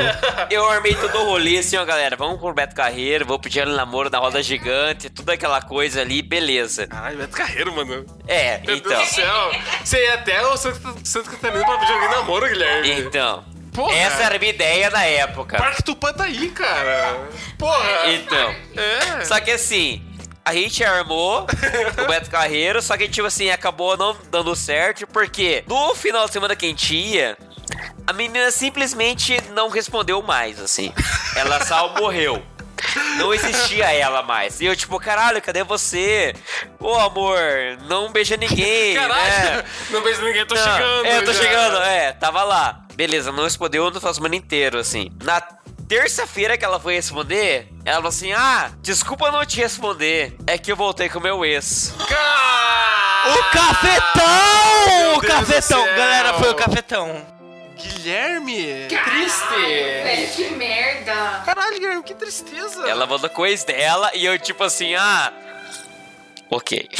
Speaker 1: Eu armei todo o rolê, assim, ó, galera. Vamos pro Beto Carreiro, vou pedir ela em namoro na roda gigante, tudo aquela coisa ali, beleza.
Speaker 3: Caralho, Beto Carreiro, mano.
Speaker 1: É,
Speaker 3: Meu Deus
Speaker 1: então.
Speaker 3: do céu. Você ia até o Santo, Santo Catarina pra pedir alguém namoro, Guilherme.
Speaker 1: Então.
Speaker 10: Porra.
Speaker 1: Essa era a minha ideia na época.
Speaker 10: Parque Tupã tá aí, cara. Porra.
Speaker 1: Então.
Speaker 10: É.
Speaker 1: Só que assim, a gente armou o Beto Carreiro, só que tipo assim, acabou não dando certo, porque no final de semana que a gente ia, a menina simplesmente não respondeu mais, assim. Ela só morreu. Não existia ela mais. E eu, tipo, caralho, cadê você? Ô, amor, não beija ninguém. né?
Speaker 3: Caralho, não vejo ninguém, tô
Speaker 1: Não,
Speaker 3: chegando.
Speaker 1: É, eu tô
Speaker 3: já.
Speaker 1: chegando, é, tava lá. Beleza, não respondeu no final de semana inteiro, assim. Na terça-feira que ela foi responder, ela falou assim: Ah, desculpa não te responder. É que eu voltei com meu ex.
Speaker 5: O cafetão!
Speaker 10: Deus
Speaker 5: O
Speaker 10: do
Speaker 5: cafetão!
Speaker 10: céu.
Speaker 5: Galera, foi o cafetão.
Speaker 10: Guilherme.
Speaker 3: Triste.
Speaker 4: Velho, que merda. "Ah,
Speaker 10: Caralho, Guilherme, que tristeza.
Speaker 1: Ela mandou com o ex dela e eu, tipo assim, ah. Ok.
Speaker 4: I'm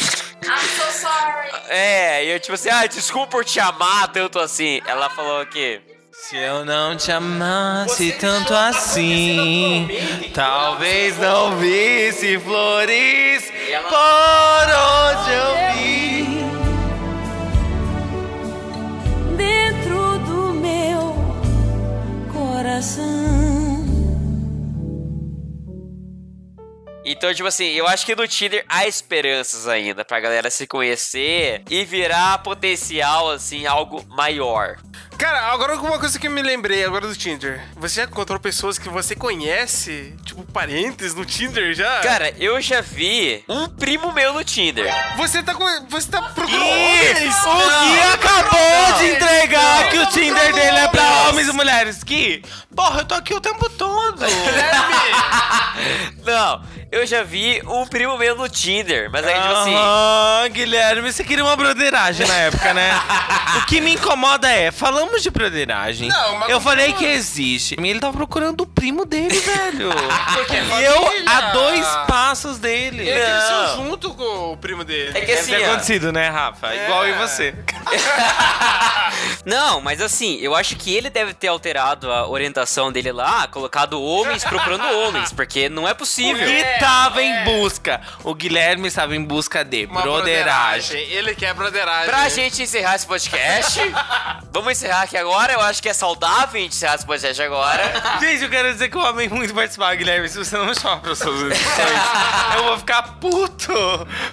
Speaker 4: so sorry.
Speaker 1: É, e eu, tipo assim, ah, desculpa por te amar tanto assim. Ela falou que.
Speaker 5: Se eu não te amasse tanto assim, talvez não visse flores por onde eu vi.
Speaker 2: dentro do meu coração.
Speaker 1: Então, tipo assim, eu acho que no Tinder há esperanças ainda pra galera se conhecer e virar potencial, assim, algo maior.
Speaker 3: Cara, agora alguma coisa que eu me lembrei agora do Tinder. Você já encontrou pessoas que você conhece, tipo parentes no Tinder já?
Speaker 1: Cara, eu já vi um primo meu no Tinder.
Speaker 3: você tá com, você tá procurando Tá
Speaker 5: Isso! O
Speaker 1: não.
Speaker 5: Gui acabou de entregar
Speaker 1: Não.
Speaker 5: que o Tinder dele é pra
Speaker 1: Não.
Speaker 5: homens e mulheres. Gui, porra, eu tô aqui o tempo todo.
Speaker 1: Não, eu já vi um primo meu no Tinder, mas aí, tipo assim.
Speaker 5: Aham, Guilherme, você queria uma broderagem na época, né? o que me incomoda é, falamos de broderagem.
Speaker 10: Não, mas
Speaker 5: eu falei que existe. E ele tava procurando o primo dele, velho.
Speaker 10: Porque é
Speaker 5: e eu
Speaker 10: família. é
Speaker 5: a dois passos dele.
Speaker 10: Ele cresceu
Speaker 1: Não.
Speaker 10: junto com o primo dele.
Speaker 1: É que
Speaker 5: Deve
Speaker 1: assim,
Speaker 5: ter
Speaker 1: ó,
Speaker 5: acontecido, né, Rafa? Igual e você.
Speaker 1: Não, mas assim, eu acho que ele deve ter alterado a orientação dele lá, colocado homens procurando homens, porque não é
Speaker 5: O
Speaker 1: possível.
Speaker 5: Gui tava em busca. O Guilherme estava em busca de
Speaker 10: Uma
Speaker 5: broderagem.
Speaker 10: Ele quer broderagem.
Speaker 1: Pra gente encerrar esse podcast, vamos encerrar aqui agora. Eu acho que é saudável a gente encerrar esse podcast agora.
Speaker 5: Gente, eu quero dizer que eu amei muito participar, Guilherme. Se você não me chamar para suas edições, eu vou ficar puto.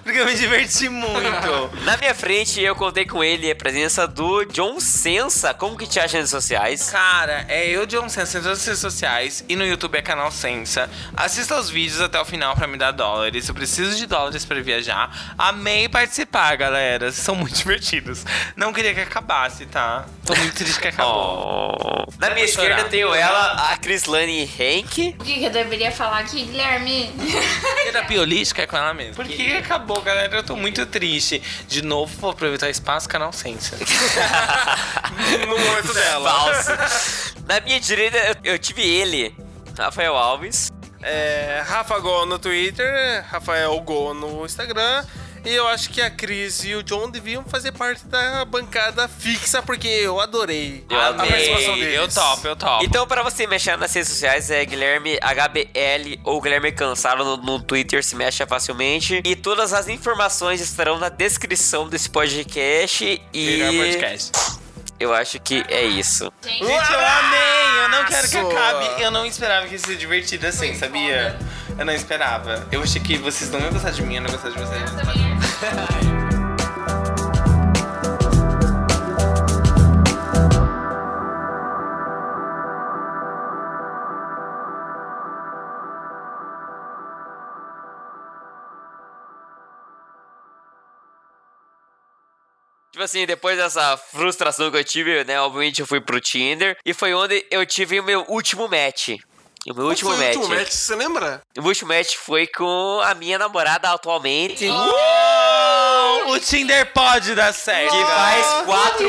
Speaker 5: Porque eu me diverti muito.
Speaker 1: Na minha frente, eu contei com ele a presença do John Sensa. Como que te acha nas redes sociais?
Speaker 5: Cara, é eu, John Sensa, em todas as redes sociais e no YouTube é canal Sensa. Assista aos vídeos até o final pra me dar dólares. Eu preciso de dólares pra viajar. Amei participar, galera. Vocês são muito divertidos. Não queria que acabasse, tá? Tô muito triste que acabou.
Speaker 1: Oh. Na minha esquerda eu tenho ela, a Crislane Henke.
Speaker 4: O que, que eu deveria falar aqui, Guilherme?
Speaker 5: Terapia holística é com ela mesmo. Porque acabou, galera. Eu tô muito triste. De novo, vou aproveitar o espaço, canal Sensa.
Speaker 3: no momento dela.
Speaker 1: Falso. Na minha direita eu, eu tive ele, Rafael Alves.
Speaker 3: É, Rafa Gol no Twitter, Rafael Gol no Instagram. E eu acho que a Cris e o John deviam fazer parte da bancada fixa, porque eu adorei
Speaker 1: Eu
Speaker 3: a
Speaker 1: amei,
Speaker 3: participação deles.
Speaker 5: Eu topo, eu topo.
Speaker 1: Então, pra você mexer nas redes sociais, é Guilherme HBL ou Guilherme Cansado no, no Twitter, se mexe facilmente. E todas as informações estarão na descrição desse podcast.
Speaker 5: Virar
Speaker 1: E
Speaker 5: podcast.
Speaker 1: eu acho que é isso.
Speaker 4: Gente,
Speaker 5: Gente, eu amei! Eu não quero que
Speaker 10: Nossa!
Speaker 5: acabe. Eu não esperava que ia ser divertido assim,
Speaker 4: Foi
Speaker 5: sabia? Eu não esperava. Eu achei que vocês não iam gostar de mim, eu não ia gostar de vocês.
Speaker 4: eu também acho.
Speaker 1: Tipo assim, depois dessa frustração que eu tive, né? Obviamente eu fui pro Tinder. E foi onde eu tive o meu último match. O meu último
Speaker 3: Foi o
Speaker 1: match.
Speaker 3: último match, você lembra?
Speaker 1: O último match foi com a minha namorada atualmente.
Speaker 5: Uou! O Tinder pode dar certo.
Speaker 1: Que faz quatro